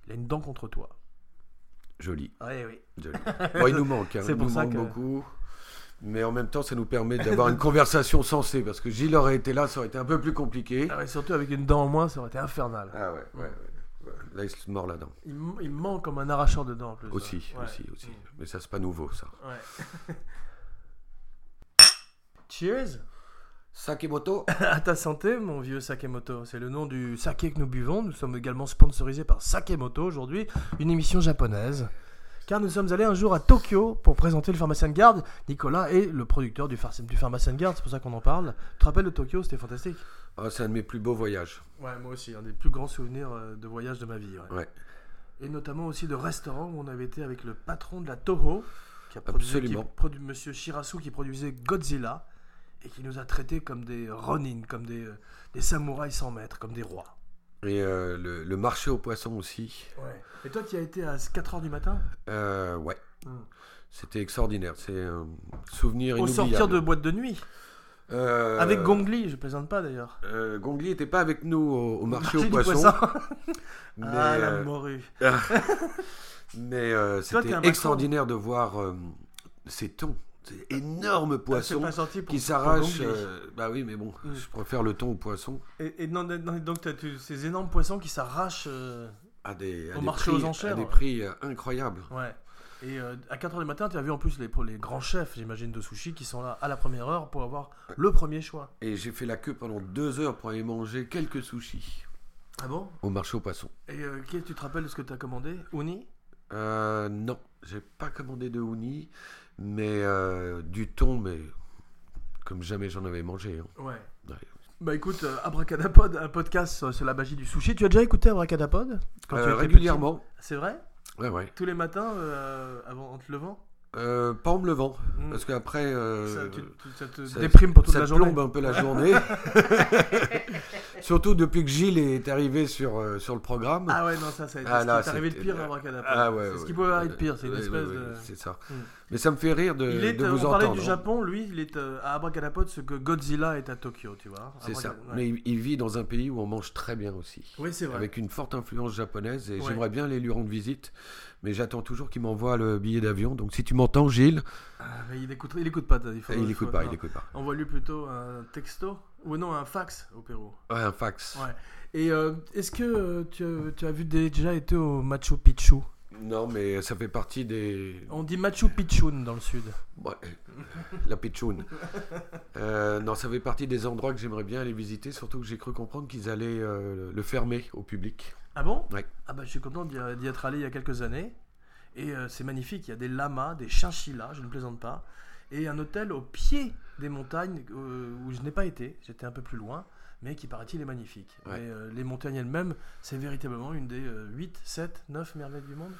[SPEAKER 1] Il a une dent contre toi.
[SPEAKER 2] joli.
[SPEAKER 1] Ah Oui, oui.
[SPEAKER 2] joli. Bon, il nous manque, hein,
[SPEAKER 1] C'est
[SPEAKER 2] il
[SPEAKER 1] pour
[SPEAKER 2] nous
[SPEAKER 1] ça
[SPEAKER 2] manque
[SPEAKER 1] que-
[SPEAKER 2] beaucoup. Mais en même temps, ça nous permet d'avoir une conversation sensée, parce que Gilles aurait été là, ça aurait été un peu plus compliqué.
[SPEAKER 1] Ah ouais, surtout avec une dent en moins, ça aurait été infernal.
[SPEAKER 2] Ah ouais, ouais, ouais. ouais. Là, il se mord la dent.
[SPEAKER 1] Il, m- il manque comme un arracheur de dents en plus.
[SPEAKER 2] Aussi,
[SPEAKER 1] Ouais. Mm.
[SPEAKER 2] aussi, aussi. Mais ça, c'est pas nouveau, ça.
[SPEAKER 1] Ouais. Cheers
[SPEAKER 2] Sakemoto
[SPEAKER 1] à ta santé, mon vieux Sakemoto. C'est le nom du saké que nous buvons. Nous sommes également sponsorisés par Sakemoto aujourd'hui, une émission japonaise. Car nous sommes allés un jour à Tokyo pour présenter le pharmacien de garde. Nicolas est le producteur du, phar- du pharmacien de garde, c'est pour ça qu'on en parle. Tu te rappelles de Tokyo C'était fantastique.
[SPEAKER 2] Ah, C'est un de mes plus beaux voyages.
[SPEAKER 1] Ouais, moi aussi, un des plus grands souvenirs euh, de voyage de ma vie. ouais.
[SPEAKER 2] Ouais.
[SPEAKER 1] Et notamment aussi de restaurants où on avait été avec le patron de la Toho, qui a produit,
[SPEAKER 2] Absolument.
[SPEAKER 1] qui produ- monsieur Shirasu, qui produisait Godzilla, et qui nous a traités comme des Ronin, comme des, euh, des samouraïs sans maître, comme des rois.
[SPEAKER 2] Et euh, le, le marché aux poissons aussi.
[SPEAKER 1] Et toi, tu y as été à 4h du matin
[SPEAKER 2] Euh, ouais.
[SPEAKER 1] Mm.
[SPEAKER 2] C'était extraordinaire. C'est un souvenir
[SPEAKER 1] Au
[SPEAKER 2] inoubliable.
[SPEAKER 1] sortir de boîte de nuit,
[SPEAKER 2] Euh,
[SPEAKER 1] avec Gongli, je plaisante pas d'ailleurs.
[SPEAKER 2] euh, Gongli n'était pas avec nous au, au marché,
[SPEAKER 1] Marché
[SPEAKER 2] aux
[SPEAKER 1] du
[SPEAKER 2] poissons.
[SPEAKER 1] poisson.
[SPEAKER 2] Mais,
[SPEAKER 1] Ah, la
[SPEAKER 2] euh,
[SPEAKER 1] morue.
[SPEAKER 2] mais euh,
[SPEAKER 1] Toi, t'es un
[SPEAKER 2] c'était
[SPEAKER 1] maçon.
[SPEAKER 2] extraordinaire de voir euh, ces thons, ces énormes
[SPEAKER 1] Ah, C'est
[SPEAKER 2] poissons
[SPEAKER 1] pas sorti pour-
[SPEAKER 2] qui
[SPEAKER 1] pour
[SPEAKER 2] s'arrachent.
[SPEAKER 1] Gongli.
[SPEAKER 2] euh, bah oui, mais bon,
[SPEAKER 1] Mm.
[SPEAKER 2] je préfère le thon au poisson
[SPEAKER 1] Et, et non, non, donc, t'as tu- ces énormes poissons qui s'arrachent. euh,
[SPEAKER 2] à des, à
[SPEAKER 1] Au
[SPEAKER 2] des
[SPEAKER 1] marché
[SPEAKER 2] prix,
[SPEAKER 1] aux enchères.
[SPEAKER 2] à des prix euh, incroyables.
[SPEAKER 1] Ouais. Et euh, à 4h du matin, tu as vu en plus les, les grands chefs, j'imagine, de sushi qui sont là à la première heure pour avoir le premier choix.
[SPEAKER 2] Et j'ai fait la queue pendant deux heures pour aller manger quelques sushis
[SPEAKER 1] Ah bon
[SPEAKER 2] au marché aux poissons.
[SPEAKER 1] Et euh, qui- tu te rappelles de ce que tu as commandé Uni
[SPEAKER 2] Euh, non, j'ai pas commandé de uni, mais euh, du thon, mais comme jamais j'en avais mangé. hein.
[SPEAKER 1] Ouais.
[SPEAKER 2] Ouais.
[SPEAKER 1] Bah écoute, euh, Abracadapod, un podcast sur, sur la magie du sushi. Tu as déjà écouté Abracadapod quand
[SPEAKER 2] Euh,
[SPEAKER 1] tu étais
[SPEAKER 2] régulièrement.
[SPEAKER 1] petit C'est vrai
[SPEAKER 2] Ouais, ouais.
[SPEAKER 1] Tous les matins euh, avant, en te levant
[SPEAKER 2] Euh, pas en me levant,
[SPEAKER 1] Mm.
[SPEAKER 2] parce qu'après,
[SPEAKER 1] ça,
[SPEAKER 2] euh,
[SPEAKER 1] tu- tu- ça te
[SPEAKER 2] ça-
[SPEAKER 1] déprime pour toute
[SPEAKER 2] ça
[SPEAKER 1] la journée
[SPEAKER 2] plombe un peu la journée. Surtout depuis que Gilles est arrivé sur, euh, sur le programme.
[SPEAKER 1] Ah ouais, non, ça, ça a été
[SPEAKER 2] Ah,
[SPEAKER 1] ce qui
[SPEAKER 2] là,
[SPEAKER 1] t'est arrivé de
[SPEAKER 2] c'était-
[SPEAKER 1] pire à Abracadapod.
[SPEAKER 2] Ah ouais,
[SPEAKER 1] c'est ce
[SPEAKER 2] ouais.
[SPEAKER 1] qui pouvait arriver de pire, c'est une
[SPEAKER 2] Ouais,
[SPEAKER 1] espèce
[SPEAKER 2] ouais, ouais,
[SPEAKER 1] de...
[SPEAKER 2] C'est ça.
[SPEAKER 1] Mm.
[SPEAKER 2] Mais ça me fait rire de,
[SPEAKER 1] Il est,
[SPEAKER 2] de
[SPEAKER 1] euh,
[SPEAKER 2] vous
[SPEAKER 1] on parlait
[SPEAKER 2] entendre.
[SPEAKER 1] du
[SPEAKER 2] hein.
[SPEAKER 1] Japon, lui, il est euh, à Abracadapod ce que Godzilla est à Tokyo, tu vois.
[SPEAKER 2] C'est ça.
[SPEAKER 1] Abracadabra- Ah,
[SPEAKER 2] Mais
[SPEAKER 1] ouais.
[SPEAKER 2] il, il vit dans un pays où on mange très bien aussi.
[SPEAKER 1] Oui, c'est vrai.
[SPEAKER 2] avec une forte influence japonaise et
[SPEAKER 1] Ouais.
[SPEAKER 2] j'aimerais bien aller lui rendre visite, mais j'attends toujours qu'il m'envoie le billet d'avion. Donc si tu m'entends, Gilles,
[SPEAKER 1] Ah, mais il n'écoute il écoute pas. Il, faut-
[SPEAKER 2] Eh, il n'écoute
[SPEAKER 1] faut-
[SPEAKER 2] pas,
[SPEAKER 1] non.
[SPEAKER 2] il écoute pas.
[SPEAKER 1] Envoie-lui plutôt un texto, ou non, un fax au Pérou.
[SPEAKER 2] Ouais, un fax.
[SPEAKER 1] Ouais. Et euh, est-ce que euh, tu, as- tu as vu des- déjà été au Machu Picchu
[SPEAKER 2] Non, mais ça fait partie des.
[SPEAKER 1] On dit Machu Picchu dans le sud.
[SPEAKER 2] Ouais. La pitchoune. Euh, non, ça fait partie des endroits que j'aimerais bien aller visiter, surtout que j'ai cru comprendre qu'ils allaient euh, le fermer au public.
[SPEAKER 1] Ah bon
[SPEAKER 2] Ouais.
[SPEAKER 1] Ah bah je suis content d'y d'y être allé il y a quelques années. Et euh, c'est magnifique, il y a des lamas, des chinchillas, je ne plaisante pas. et un hôtel au pied des montagnes euh, où je n'ai pas été, j'étais un peu plus loin, mais qui paraît-il est magnifique.
[SPEAKER 2] Ouais.
[SPEAKER 1] Mais, euh, les montagnes elles-mêmes, c'est véritablement une des euh, 8, 7, 9 merveilles du monde.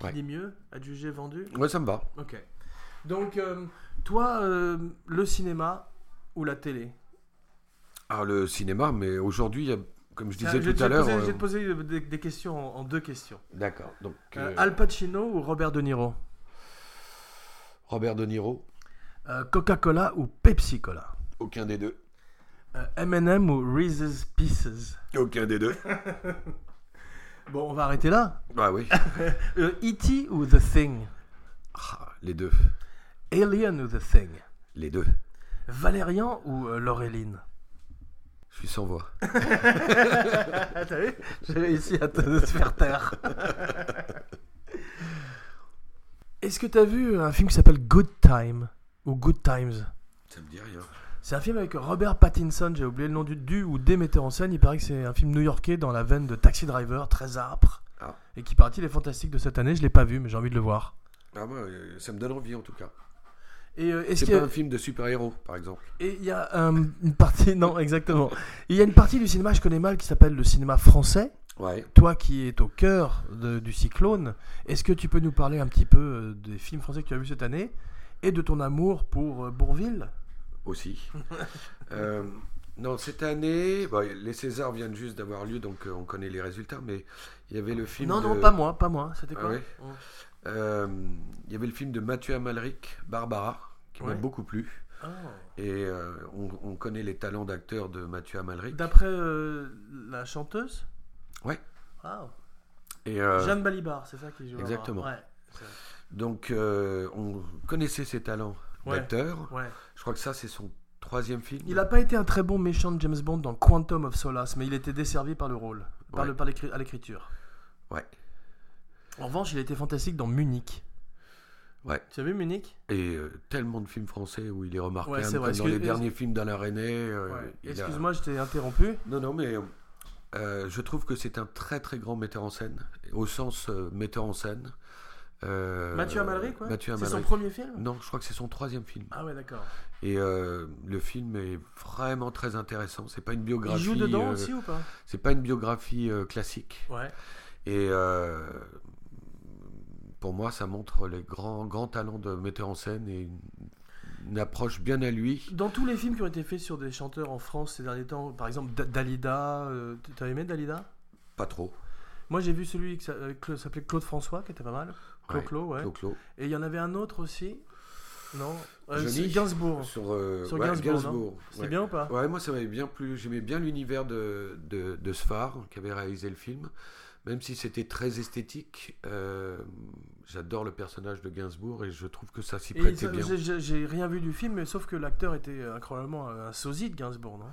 [SPEAKER 1] Qui
[SPEAKER 2] Ouais.
[SPEAKER 1] dit mieux Adjugé, vendu
[SPEAKER 2] Ouais, ça me va.
[SPEAKER 1] Ok. Donc, euh, toi, euh, le cinéma ou la télé
[SPEAKER 2] Ah, le cinéma, mais aujourd'hui, il y a, comme je
[SPEAKER 1] Tiens,
[SPEAKER 2] disais
[SPEAKER 1] je vais
[SPEAKER 2] tout
[SPEAKER 1] te
[SPEAKER 2] à l'heure.
[SPEAKER 1] poser- Je
[SPEAKER 2] euh,
[SPEAKER 1] vais te poser des, des questions en, en deux questions.
[SPEAKER 2] D'accord. Donc,
[SPEAKER 1] Euh,
[SPEAKER 2] euh,
[SPEAKER 1] Al Pacino ou Robert De Niro
[SPEAKER 2] Robert De Niro,
[SPEAKER 1] Euh, Coca-Cola ou Pepsi-Cola
[SPEAKER 2] aucun des deux.
[SPEAKER 1] Euh, M&M ou Reese's Pieces
[SPEAKER 2] Aucun des deux.
[SPEAKER 1] Bon, on va arrêter là.
[SPEAKER 2] Bah oui.
[SPEAKER 1] Euh, E.T. ou The Thing
[SPEAKER 2] Ah, les deux.
[SPEAKER 1] Alien ou The Thing
[SPEAKER 2] Les deux.
[SPEAKER 1] Valérian ou euh, Laureline
[SPEAKER 2] Je suis sans voix.
[SPEAKER 1] Ah, t'as vu J'ai réussi à te, te faire taire. Est-ce que t'as vu un film qui s'appelle Good Time ou Good Times
[SPEAKER 2] Ça me dit rien.
[SPEAKER 1] C'est un film avec Robert Pattinson, j'ai oublié le nom du, du ou des metteurs en scène. Il paraît que c'est un film new-yorkais dans la veine de Taxi Driver, très âpre.
[SPEAKER 2] Ah.
[SPEAKER 1] Et qui paraît-il est fantastique de cette année, je l'ai pas vu, mais j'ai envie de le voir.
[SPEAKER 2] Ah, moi, euh, ça me donne envie en tout cas.
[SPEAKER 1] Et euh, est-ce
[SPEAKER 2] C'est
[SPEAKER 1] qu'il y
[SPEAKER 2] pas
[SPEAKER 1] a-
[SPEAKER 2] un film de super-héros, par exemple.
[SPEAKER 1] et il y a euh, une partie. Non, exactement. Il y a une partie du cinéma que je connais mal qui s'appelle le cinéma français.
[SPEAKER 2] Ouais.
[SPEAKER 1] Toi qui es au cœur de- du cyclone, est-ce que tu peux nous parler un petit peu euh, des films français que tu as vus cette année et de ton amour pour euh, Bourville
[SPEAKER 2] Aussi. Euh, non, cette année, bah, les Césars viennent juste d'avoir lieu, donc euh, on connaît les résultats, mais il y avait le film.
[SPEAKER 1] Non,
[SPEAKER 2] de-
[SPEAKER 1] non, pas moi, pas moi. C'était
[SPEAKER 2] Ah
[SPEAKER 1] quoi Oh.
[SPEAKER 2] ouais Euh, il y avait le film de Mathieu Amalric, Barbara, qui m'a
[SPEAKER 1] Ouais.
[SPEAKER 2] beaucoup plu.
[SPEAKER 1] Oh.
[SPEAKER 2] Et euh, on, on connaît les talents d'acteur de Mathieu Amalric.
[SPEAKER 1] D'après euh, la chanteuse
[SPEAKER 2] Ouais.
[SPEAKER 1] Wow.
[SPEAKER 2] Et euh,
[SPEAKER 1] Jeanne Balibar, c'est ça qui joue.
[SPEAKER 2] Exactement.
[SPEAKER 1] Ouais.
[SPEAKER 2] donc, euh, on connaissait ses talents
[SPEAKER 1] Ouais.
[SPEAKER 2] d'acteur.
[SPEAKER 1] ouais.
[SPEAKER 2] Je crois que ça, c'est son troisième film.
[SPEAKER 1] Il n'a pas été un très bon méchant de James Bond dans Quantum of Solace, mais il était desservi par le rôle, par
[SPEAKER 2] Ouais.
[SPEAKER 1] le, par l'écri- à l'écriture.
[SPEAKER 2] Ouais.
[SPEAKER 1] En revanche, il était fantastique dans Munich.
[SPEAKER 2] Ouais.
[SPEAKER 1] Tu as vu Munich
[SPEAKER 2] Et euh, tellement de films français où il est remarquable.
[SPEAKER 1] Ouais, c'est
[SPEAKER 2] comme
[SPEAKER 1] vrai.
[SPEAKER 2] dans
[SPEAKER 1] Excuse-
[SPEAKER 2] les derniers films d'Alain René. euh, il a-
[SPEAKER 1] Excuse-moi, je t'ai interrompu.
[SPEAKER 2] Non, non, mais euh, je trouve que c'est un très très grand metteur en scène, au sens euh, metteur en scène. Euh,
[SPEAKER 1] Mathieu Amalric, ouais.
[SPEAKER 2] Mathieu
[SPEAKER 1] C'est son
[SPEAKER 2] Amalric.
[SPEAKER 1] premier hein. film
[SPEAKER 2] Non, je crois que c'est son troisième film.
[SPEAKER 1] Ah ouais, d'accord.
[SPEAKER 2] Et euh, le film est vraiment très intéressant. C'est pas une
[SPEAKER 1] Il
[SPEAKER 2] biographie.
[SPEAKER 1] joue dedans
[SPEAKER 2] euh,
[SPEAKER 1] aussi ou pas
[SPEAKER 2] C'est pas une biographie euh, classique.
[SPEAKER 1] Ouais.
[SPEAKER 2] Et euh, pour moi, ça montre les grands grands talents de metteur en scène et une, une approche bien à lui.
[SPEAKER 1] Dans tous les films qui ont été faits sur des chanteurs en France ces derniers temps, par exemple Da- Dalida, euh, tu- t'as aimé Dalida
[SPEAKER 2] Pas trop.
[SPEAKER 1] Moi j'ai vu celui qui s'a- euh, Cla- s'appelait Claude François, qui était pas mal.
[SPEAKER 2] Ouais,
[SPEAKER 1] Clo-Clo, ouais.
[SPEAKER 2] Clo-Clo.
[SPEAKER 1] Et il y en avait un autre aussi. Non Euh,
[SPEAKER 2] Johnny.
[SPEAKER 1] c'est Gainsbourg.
[SPEAKER 2] Sur, euh,
[SPEAKER 1] Sur
[SPEAKER 2] ouais,
[SPEAKER 1] Gainsbourg, non
[SPEAKER 2] ouais.
[SPEAKER 1] C'est bien ou pas
[SPEAKER 2] Ouais, moi ça m'avait bien plu. J'aimais bien l'univers de, de, de Sfar qui avait réalisé le film. Même si c'était très esthétique, euh, j'adore le personnage de Gainsbourg et je trouve que ça s'y
[SPEAKER 1] Et
[SPEAKER 2] prêtait
[SPEAKER 1] ça-
[SPEAKER 2] bien.
[SPEAKER 1] j'ai- j'ai j'ai rien vu du film, mais sauf que l'acteur était euh, incroyablement euh, un sosie de Gainsbourg, non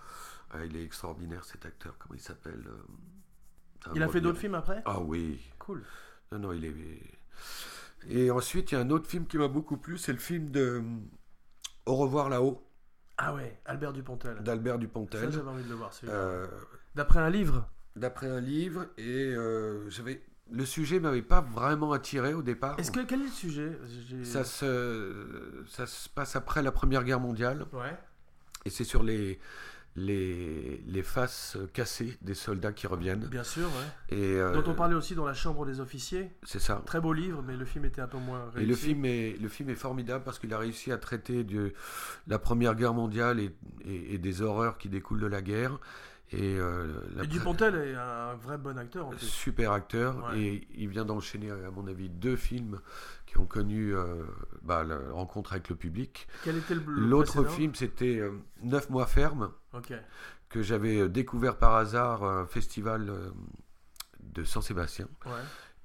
[SPEAKER 2] Ah, il est extraordinaire cet acteur, comment il s'appelle euh,
[SPEAKER 1] Il a fait d'autres
[SPEAKER 2] Bretagne.
[SPEAKER 1] films après
[SPEAKER 2] Ah oui,
[SPEAKER 1] Cool.
[SPEAKER 2] non, non, il est. Et ensuite, il y a un autre film qui m'a beaucoup plu, c'est le film de euh, Au revoir là-haut
[SPEAKER 1] Ah ouais, Albert Dupontel.
[SPEAKER 2] d'Albert
[SPEAKER 1] Ça
[SPEAKER 2] Dupontel.
[SPEAKER 1] j'avais envie de le voir celui-là.
[SPEAKER 2] Euh,
[SPEAKER 1] D'après un livre
[SPEAKER 2] d'après un livre et euh, j'avais le sujet m'avait pas vraiment attiré au départ.
[SPEAKER 1] Est-ce que quel est le sujet J'ai-
[SPEAKER 2] Ah. ça se ça se passe après la Première Guerre mondiale
[SPEAKER 1] Ouais.
[SPEAKER 2] et c'est sur les les, les faces cassées des soldats qui reviennent
[SPEAKER 1] Bien sûr, ouais.
[SPEAKER 2] et euh,
[SPEAKER 1] Dont on parlait aussi dans la chambre des officiers.
[SPEAKER 2] c'est ça.
[SPEAKER 1] Très beau livre, mais le film était un peu moins réussi.
[SPEAKER 2] Et le film, est, le film est formidable parce qu'il a réussi à traiter de la Première Guerre mondiale et, et- et des horreurs qui découlent de la guerre. Et, euh, la
[SPEAKER 1] Et
[SPEAKER 2] pre-
[SPEAKER 1] Dupontel est un vrai bon acteur en plus.
[SPEAKER 2] super acteur
[SPEAKER 1] Ouais.
[SPEAKER 2] et il vient d'enchaîner à mon avis deux films qui ont connu euh, bah, la rencontre avec le public.
[SPEAKER 1] Quel était le le
[SPEAKER 2] L'autre
[SPEAKER 1] précédent
[SPEAKER 2] film c'était euh, Neuf mois ferme
[SPEAKER 1] Ok.
[SPEAKER 2] que j'avais euh, découvert par hasard à un festival euh, de Saint-Sébastien
[SPEAKER 1] Ouais.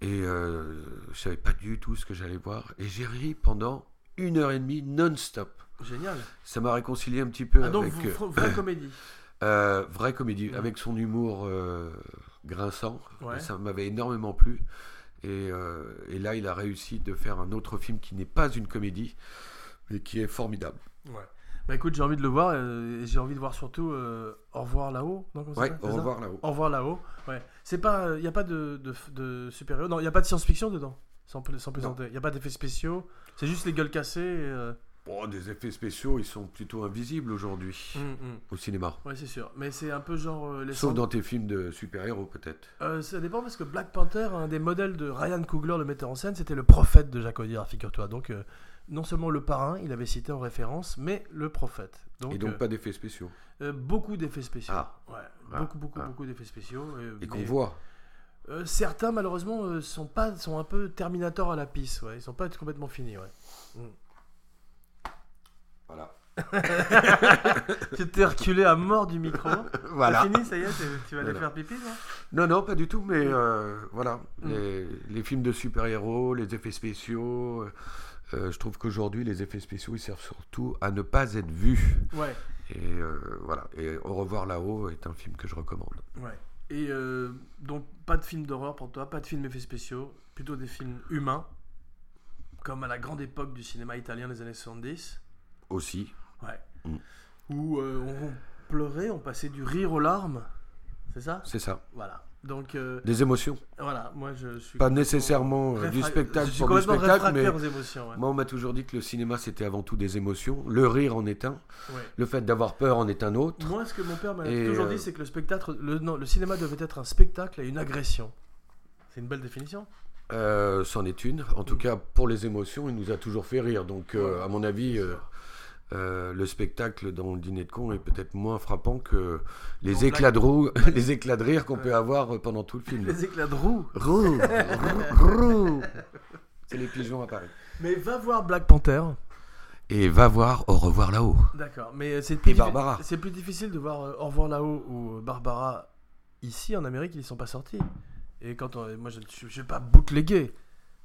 [SPEAKER 2] et euh, je savais pas du tout ce que j'allais voir et j'ai ri pendant une heure et demie non-stop.
[SPEAKER 1] Génial.
[SPEAKER 2] Ça m'a réconcilié un petit peu
[SPEAKER 1] Ah donc
[SPEAKER 2] Euh, avec
[SPEAKER 1] vous- fra- vraie comédie.
[SPEAKER 2] euh, vraie comédie
[SPEAKER 1] Mhm.
[SPEAKER 2] avec son humour euh, grinçant.
[SPEAKER 1] Ouais.
[SPEAKER 2] Ça m'avait énormément plu. Et, euh, et là, il a réussi de faire un autre film qui n'est pas une comédie, mais qui est formidable.
[SPEAKER 1] Ouais. Bah écoute, j'ai envie de le voir euh, et j'ai envie de voir surtout euh, Au revoir là-haut. non, comment ça
[SPEAKER 2] Ouais,
[SPEAKER 1] s'appelle,
[SPEAKER 2] au
[SPEAKER 1] c'est ça
[SPEAKER 2] revoir là-haut.
[SPEAKER 1] Au revoir là-haut. Ouais. C'est pas, il y a pas de, de, de super-héros. Non, il y a pas de science-fiction dedans. Sans, pl- sans plaisanter. Il y a pas d'effets spéciaux. C'est juste les gueules cassées. et, euh,
[SPEAKER 2] Oh, des effets spéciaux, ils sont plutôt invisibles aujourd'hui
[SPEAKER 1] Hum, hum.
[SPEAKER 2] au cinéma.
[SPEAKER 1] Ouais, c'est sûr. Mais c'est un peu genre euh, les
[SPEAKER 2] Sauf
[SPEAKER 1] cendres-
[SPEAKER 2] dans tes films de super-héros, peut-être.
[SPEAKER 1] Euh, ça dépend parce que Black Panther, un des modèles de Ryan Coogler, le metteur en scène, c'était le prophète de Jacques Audiard, figure-toi. Donc, euh, non seulement le parrain, il avait cité en référence, mais le prophète. Donc,
[SPEAKER 2] Et donc,
[SPEAKER 1] euh,
[SPEAKER 2] pas d'effets spéciaux.
[SPEAKER 1] euh, beaucoup d'effets spéciaux.
[SPEAKER 2] Ah.
[SPEAKER 1] Ouais,
[SPEAKER 2] Ah.
[SPEAKER 1] beaucoup, beaucoup,
[SPEAKER 2] Ah.
[SPEAKER 1] beaucoup d'effets spéciaux. euh,
[SPEAKER 2] Et qu'on
[SPEAKER 1] mais-
[SPEAKER 2] voit.
[SPEAKER 1] Euh, certains, malheureusement, euh, sont, pas, sont un peu Terminator à la pisse. Ouais. Ils sont pas complètement finis. Ouais.
[SPEAKER 2] Voilà.
[SPEAKER 1] tu t'es reculé à mort du micro.
[SPEAKER 2] voilà.
[SPEAKER 1] C'est fini, ça y est, tu vas
[SPEAKER 2] aller
[SPEAKER 1] aller
[SPEAKER 2] Voilà.
[SPEAKER 1] faire pipi,
[SPEAKER 2] Non, non, pas du tout, mais euh, voilà.
[SPEAKER 1] Mm.
[SPEAKER 2] Les, les films de super-héros, les effets spéciaux. euh, euh, je trouve qu'aujourd'hui, les effets spéciaux, ils servent surtout à ne pas être vus.
[SPEAKER 1] Ouais.
[SPEAKER 2] Et euh, voilà. Et Au revoir là-haut est un film que je recommande.
[SPEAKER 1] Ouais. Et euh, donc, pas de films d'horreur pour toi, pas de films effets spéciaux, plutôt des films humains, comme à la grande époque du cinéma italien des années 70,
[SPEAKER 2] Aussi.
[SPEAKER 1] où euh, on pleurait, on passait du rire aux larmes. C'est ça
[SPEAKER 2] C'est ça.
[SPEAKER 1] Voilà. Donc, euh,
[SPEAKER 2] Des émotions.
[SPEAKER 1] voilà, moi je suis.
[SPEAKER 2] Pas
[SPEAKER 1] complètement
[SPEAKER 2] nécessairement euh, du
[SPEAKER 1] réfra-
[SPEAKER 2] spectacle
[SPEAKER 1] Je suis
[SPEAKER 2] pour du
[SPEAKER 1] complètement
[SPEAKER 2] spectacle, mais
[SPEAKER 1] réfractaire aux émotions. ouais.
[SPEAKER 2] moi, on m'a toujours dit que le cinéma, c'était avant tout des émotions. Le rire en est un.
[SPEAKER 1] Ouais.
[SPEAKER 2] Le fait d'avoir peur en est un autre.
[SPEAKER 1] Moi, ce que mon père m'a
[SPEAKER 2] Et,
[SPEAKER 1] toujours
[SPEAKER 2] euh,
[SPEAKER 1] dit, c'est que le, spectacle, le, non, le cinéma devait être un spectacle et une agression. C'est une belle définition.
[SPEAKER 2] Euh, C'en est une. En tout
[SPEAKER 1] Mm.
[SPEAKER 2] cas, pour les émotions, il nous a toujours fait rire. Donc, euh,
[SPEAKER 1] Ouais.
[SPEAKER 2] à mon avis,
[SPEAKER 1] C'est
[SPEAKER 2] euh,
[SPEAKER 1] sûr.
[SPEAKER 2] euh, le spectacle dans le dîner de con est peut-être moins frappant que les
[SPEAKER 1] En
[SPEAKER 2] éclats de, roue- les éclats de rire qu'on
[SPEAKER 1] Ouais.
[SPEAKER 2] peut avoir euh, pendant tout le film.
[SPEAKER 1] Les éclats de roue.
[SPEAKER 2] Roux, roux, roux. C'est les pigeons à Paris.
[SPEAKER 1] Mais va voir Black Panther.
[SPEAKER 2] Et va voir Au revoir là-haut.
[SPEAKER 1] D'accord, mais euh, c'est plus, diffi-
[SPEAKER 2] Barbara.
[SPEAKER 1] c'est plus difficile de voir euh, Au revoir là-haut ou euh, Barbara ici en Amérique, ils sont pas sortis. Et quand on- moi je ne vais pas bootleguer.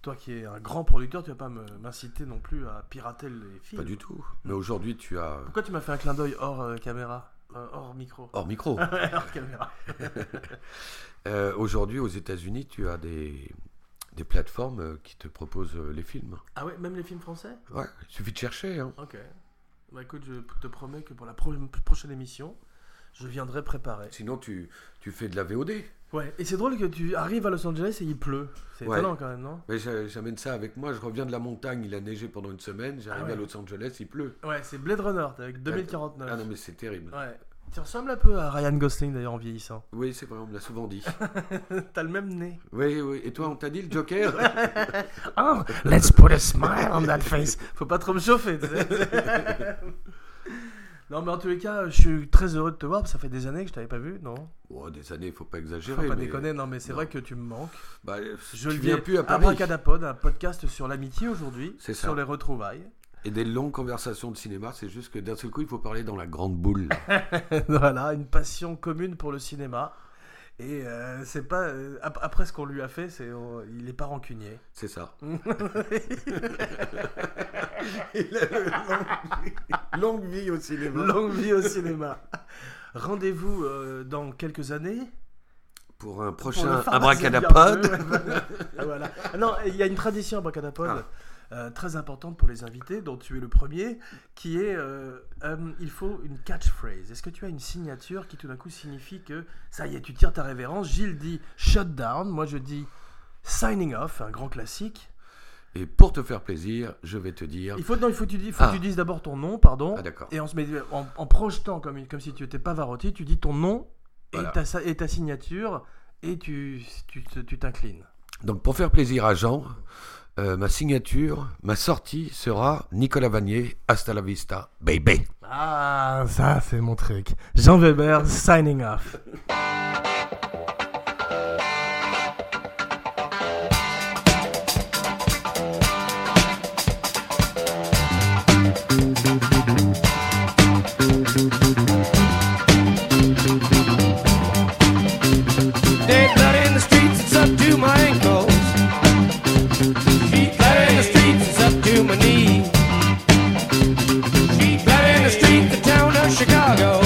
[SPEAKER 1] Toi qui es un grand producteur, tu vas pas me- m'inciter non plus à pirater les films.
[SPEAKER 2] Pas du tout. Mais aujourd'hui, tu as
[SPEAKER 1] Pourquoi tu m'as fait un clin d'œil hors euh, caméra, Euh, hors micro,
[SPEAKER 2] hors micro.
[SPEAKER 1] hors caméra
[SPEAKER 2] Euh, aujourd'hui, aux États-Unis, tu as des, des plateformes euh, qui te proposent euh, les films.
[SPEAKER 1] Ah ouais, même les films français
[SPEAKER 2] Ouais, il suffit de chercher. hein.
[SPEAKER 1] Ok. Bah écoute, je te promets que pour la pro- prochaine émission, je viendrai préparer.
[SPEAKER 2] Sinon, tu, tu fais de la VOD.
[SPEAKER 1] Ouais, et c'est drôle que tu arrives à Los Angeles et il pleut. C'est
[SPEAKER 2] Ouais.
[SPEAKER 1] étonnant quand même, non
[SPEAKER 2] Mais j'a- j'amène ça avec moi. Je reviens de la montagne, il a neigé pendant une semaine. J'arrive
[SPEAKER 1] Ah ouais.
[SPEAKER 2] à Los Angeles, il pleut.
[SPEAKER 1] Ouais, c'est Blade Runner, t'es avec 2049.
[SPEAKER 2] Ah non, mais c'est terrible.
[SPEAKER 1] Ouais. Tu ressembles un peu à Ryan Gosling d'ailleurs en vieillissant.
[SPEAKER 2] Oui, c'est vrai, on me l'a souvent dit.
[SPEAKER 1] T'as le même nez.
[SPEAKER 2] oui, oui. Et toi, on t'a dit le Joker
[SPEAKER 1] Oh, let's put a smile on that face. Faut pas trop me chauffer, tu sais. non, mais en tous les cas, je suis très heureux de te voir parce que ça fait des années que je t'avais pas vu, non
[SPEAKER 2] oh, Des années, faut pas
[SPEAKER 1] Faut
[SPEAKER 2] exagérer.
[SPEAKER 1] pas
[SPEAKER 2] mais-
[SPEAKER 1] déconner, non, mais c'est
[SPEAKER 2] non.
[SPEAKER 1] vrai que tu me manques.
[SPEAKER 2] Bah,
[SPEAKER 1] Je
[SPEAKER 2] tu
[SPEAKER 1] le
[SPEAKER 2] viens
[SPEAKER 1] dis,
[SPEAKER 2] plus à Paris.
[SPEAKER 1] Abracadapod, un podcast sur l'amitié aujourd'hui,
[SPEAKER 2] C'est ça.
[SPEAKER 1] sur les retrouvailles.
[SPEAKER 2] Et des longues conversations de cinéma, c'est juste que d'un seul coup, il faut parler dans la grande boule.
[SPEAKER 1] voilà, une passion commune pour le cinéma. Et euh, c'est pas euh, ap- après ce qu'on lui a fait, c'est on- il est pas rancunier.
[SPEAKER 2] C'est ça.
[SPEAKER 1] Mm.
[SPEAKER 2] Il a une longue, longue vie au cinéma.
[SPEAKER 1] Longue vie au cinéma. Rendez-vous euh, dans quelques années.
[SPEAKER 2] Pour un
[SPEAKER 1] pour
[SPEAKER 2] prochain
[SPEAKER 1] le pharmacien
[SPEAKER 2] abracadapod.
[SPEAKER 1] Garnier. voilà. Ah, Non, il y a une tradition abracadapod. euh, très importante pour les invités, dont tu es le premier, qui est euh, euh, il faut une catchphrase. Est-ce que tu as une signature qui tout d'un coup signifie que ça y est, tu tires ta révérence Gilles dit shut down, moi je dis signing off, un grand classique.
[SPEAKER 2] Et pour te faire plaisir, je vais te dire.
[SPEAKER 1] Il faut, non, il faut, que tu, dis- faut que
[SPEAKER 2] Ah.
[SPEAKER 1] tu dises d'abord ton nom, pardon,
[SPEAKER 2] Ah, d'accord.
[SPEAKER 1] et on se met, en, en projetant comme, une- comme si tu étais Pavarotti, tu dis ton nom et,
[SPEAKER 2] Voilà.
[SPEAKER 1] ta, sa- et ta signature, et tu tu te- tu t'inclines.
[SPEAKER 2] Donc, pour faire plaisir à Jean, euh, ma signature, ma sortie sera Nicolas Vanier, hasta la vista, baby.
[SPEAKER 1] Ah, ça c'est mon truc. Jean Weber, signing off.
[SPEAKER 3] Dead blood in the streets, it's up to my ankles. Street blood in the streets, it's up to my knees. Street blood in the street, the town of Chicago.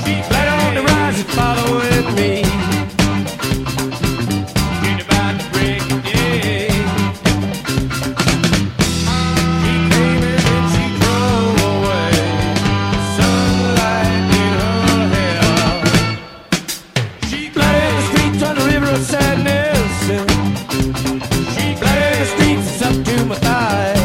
[SPEAKER 3] Street blood on the rise, it's following me. It's about to break of day. She came in and she drove away. Sunlight in her hair. She blooded in the streets on the river of sadness. She blooded in the streets up to my thigh.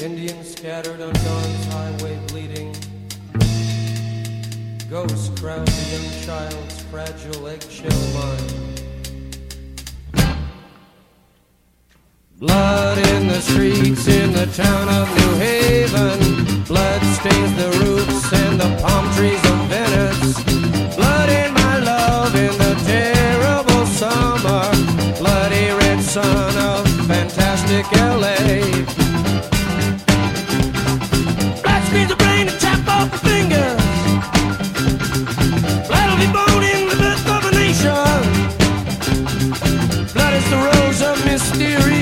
[SPEAKER 3] Indiana Jones highway bleeding. Ghosts crown the young child's fragile eggshell mind. Blood in the streets in the town of New Haven. Blood stains the roofs and the palm trees of Venice. Blood in my love in the terrible summer. Bloody red sun of fantastic LA. Blood screens the brain, the tap off the finger. Blood will be born in the birth of a nation. Blood is the rose of mystery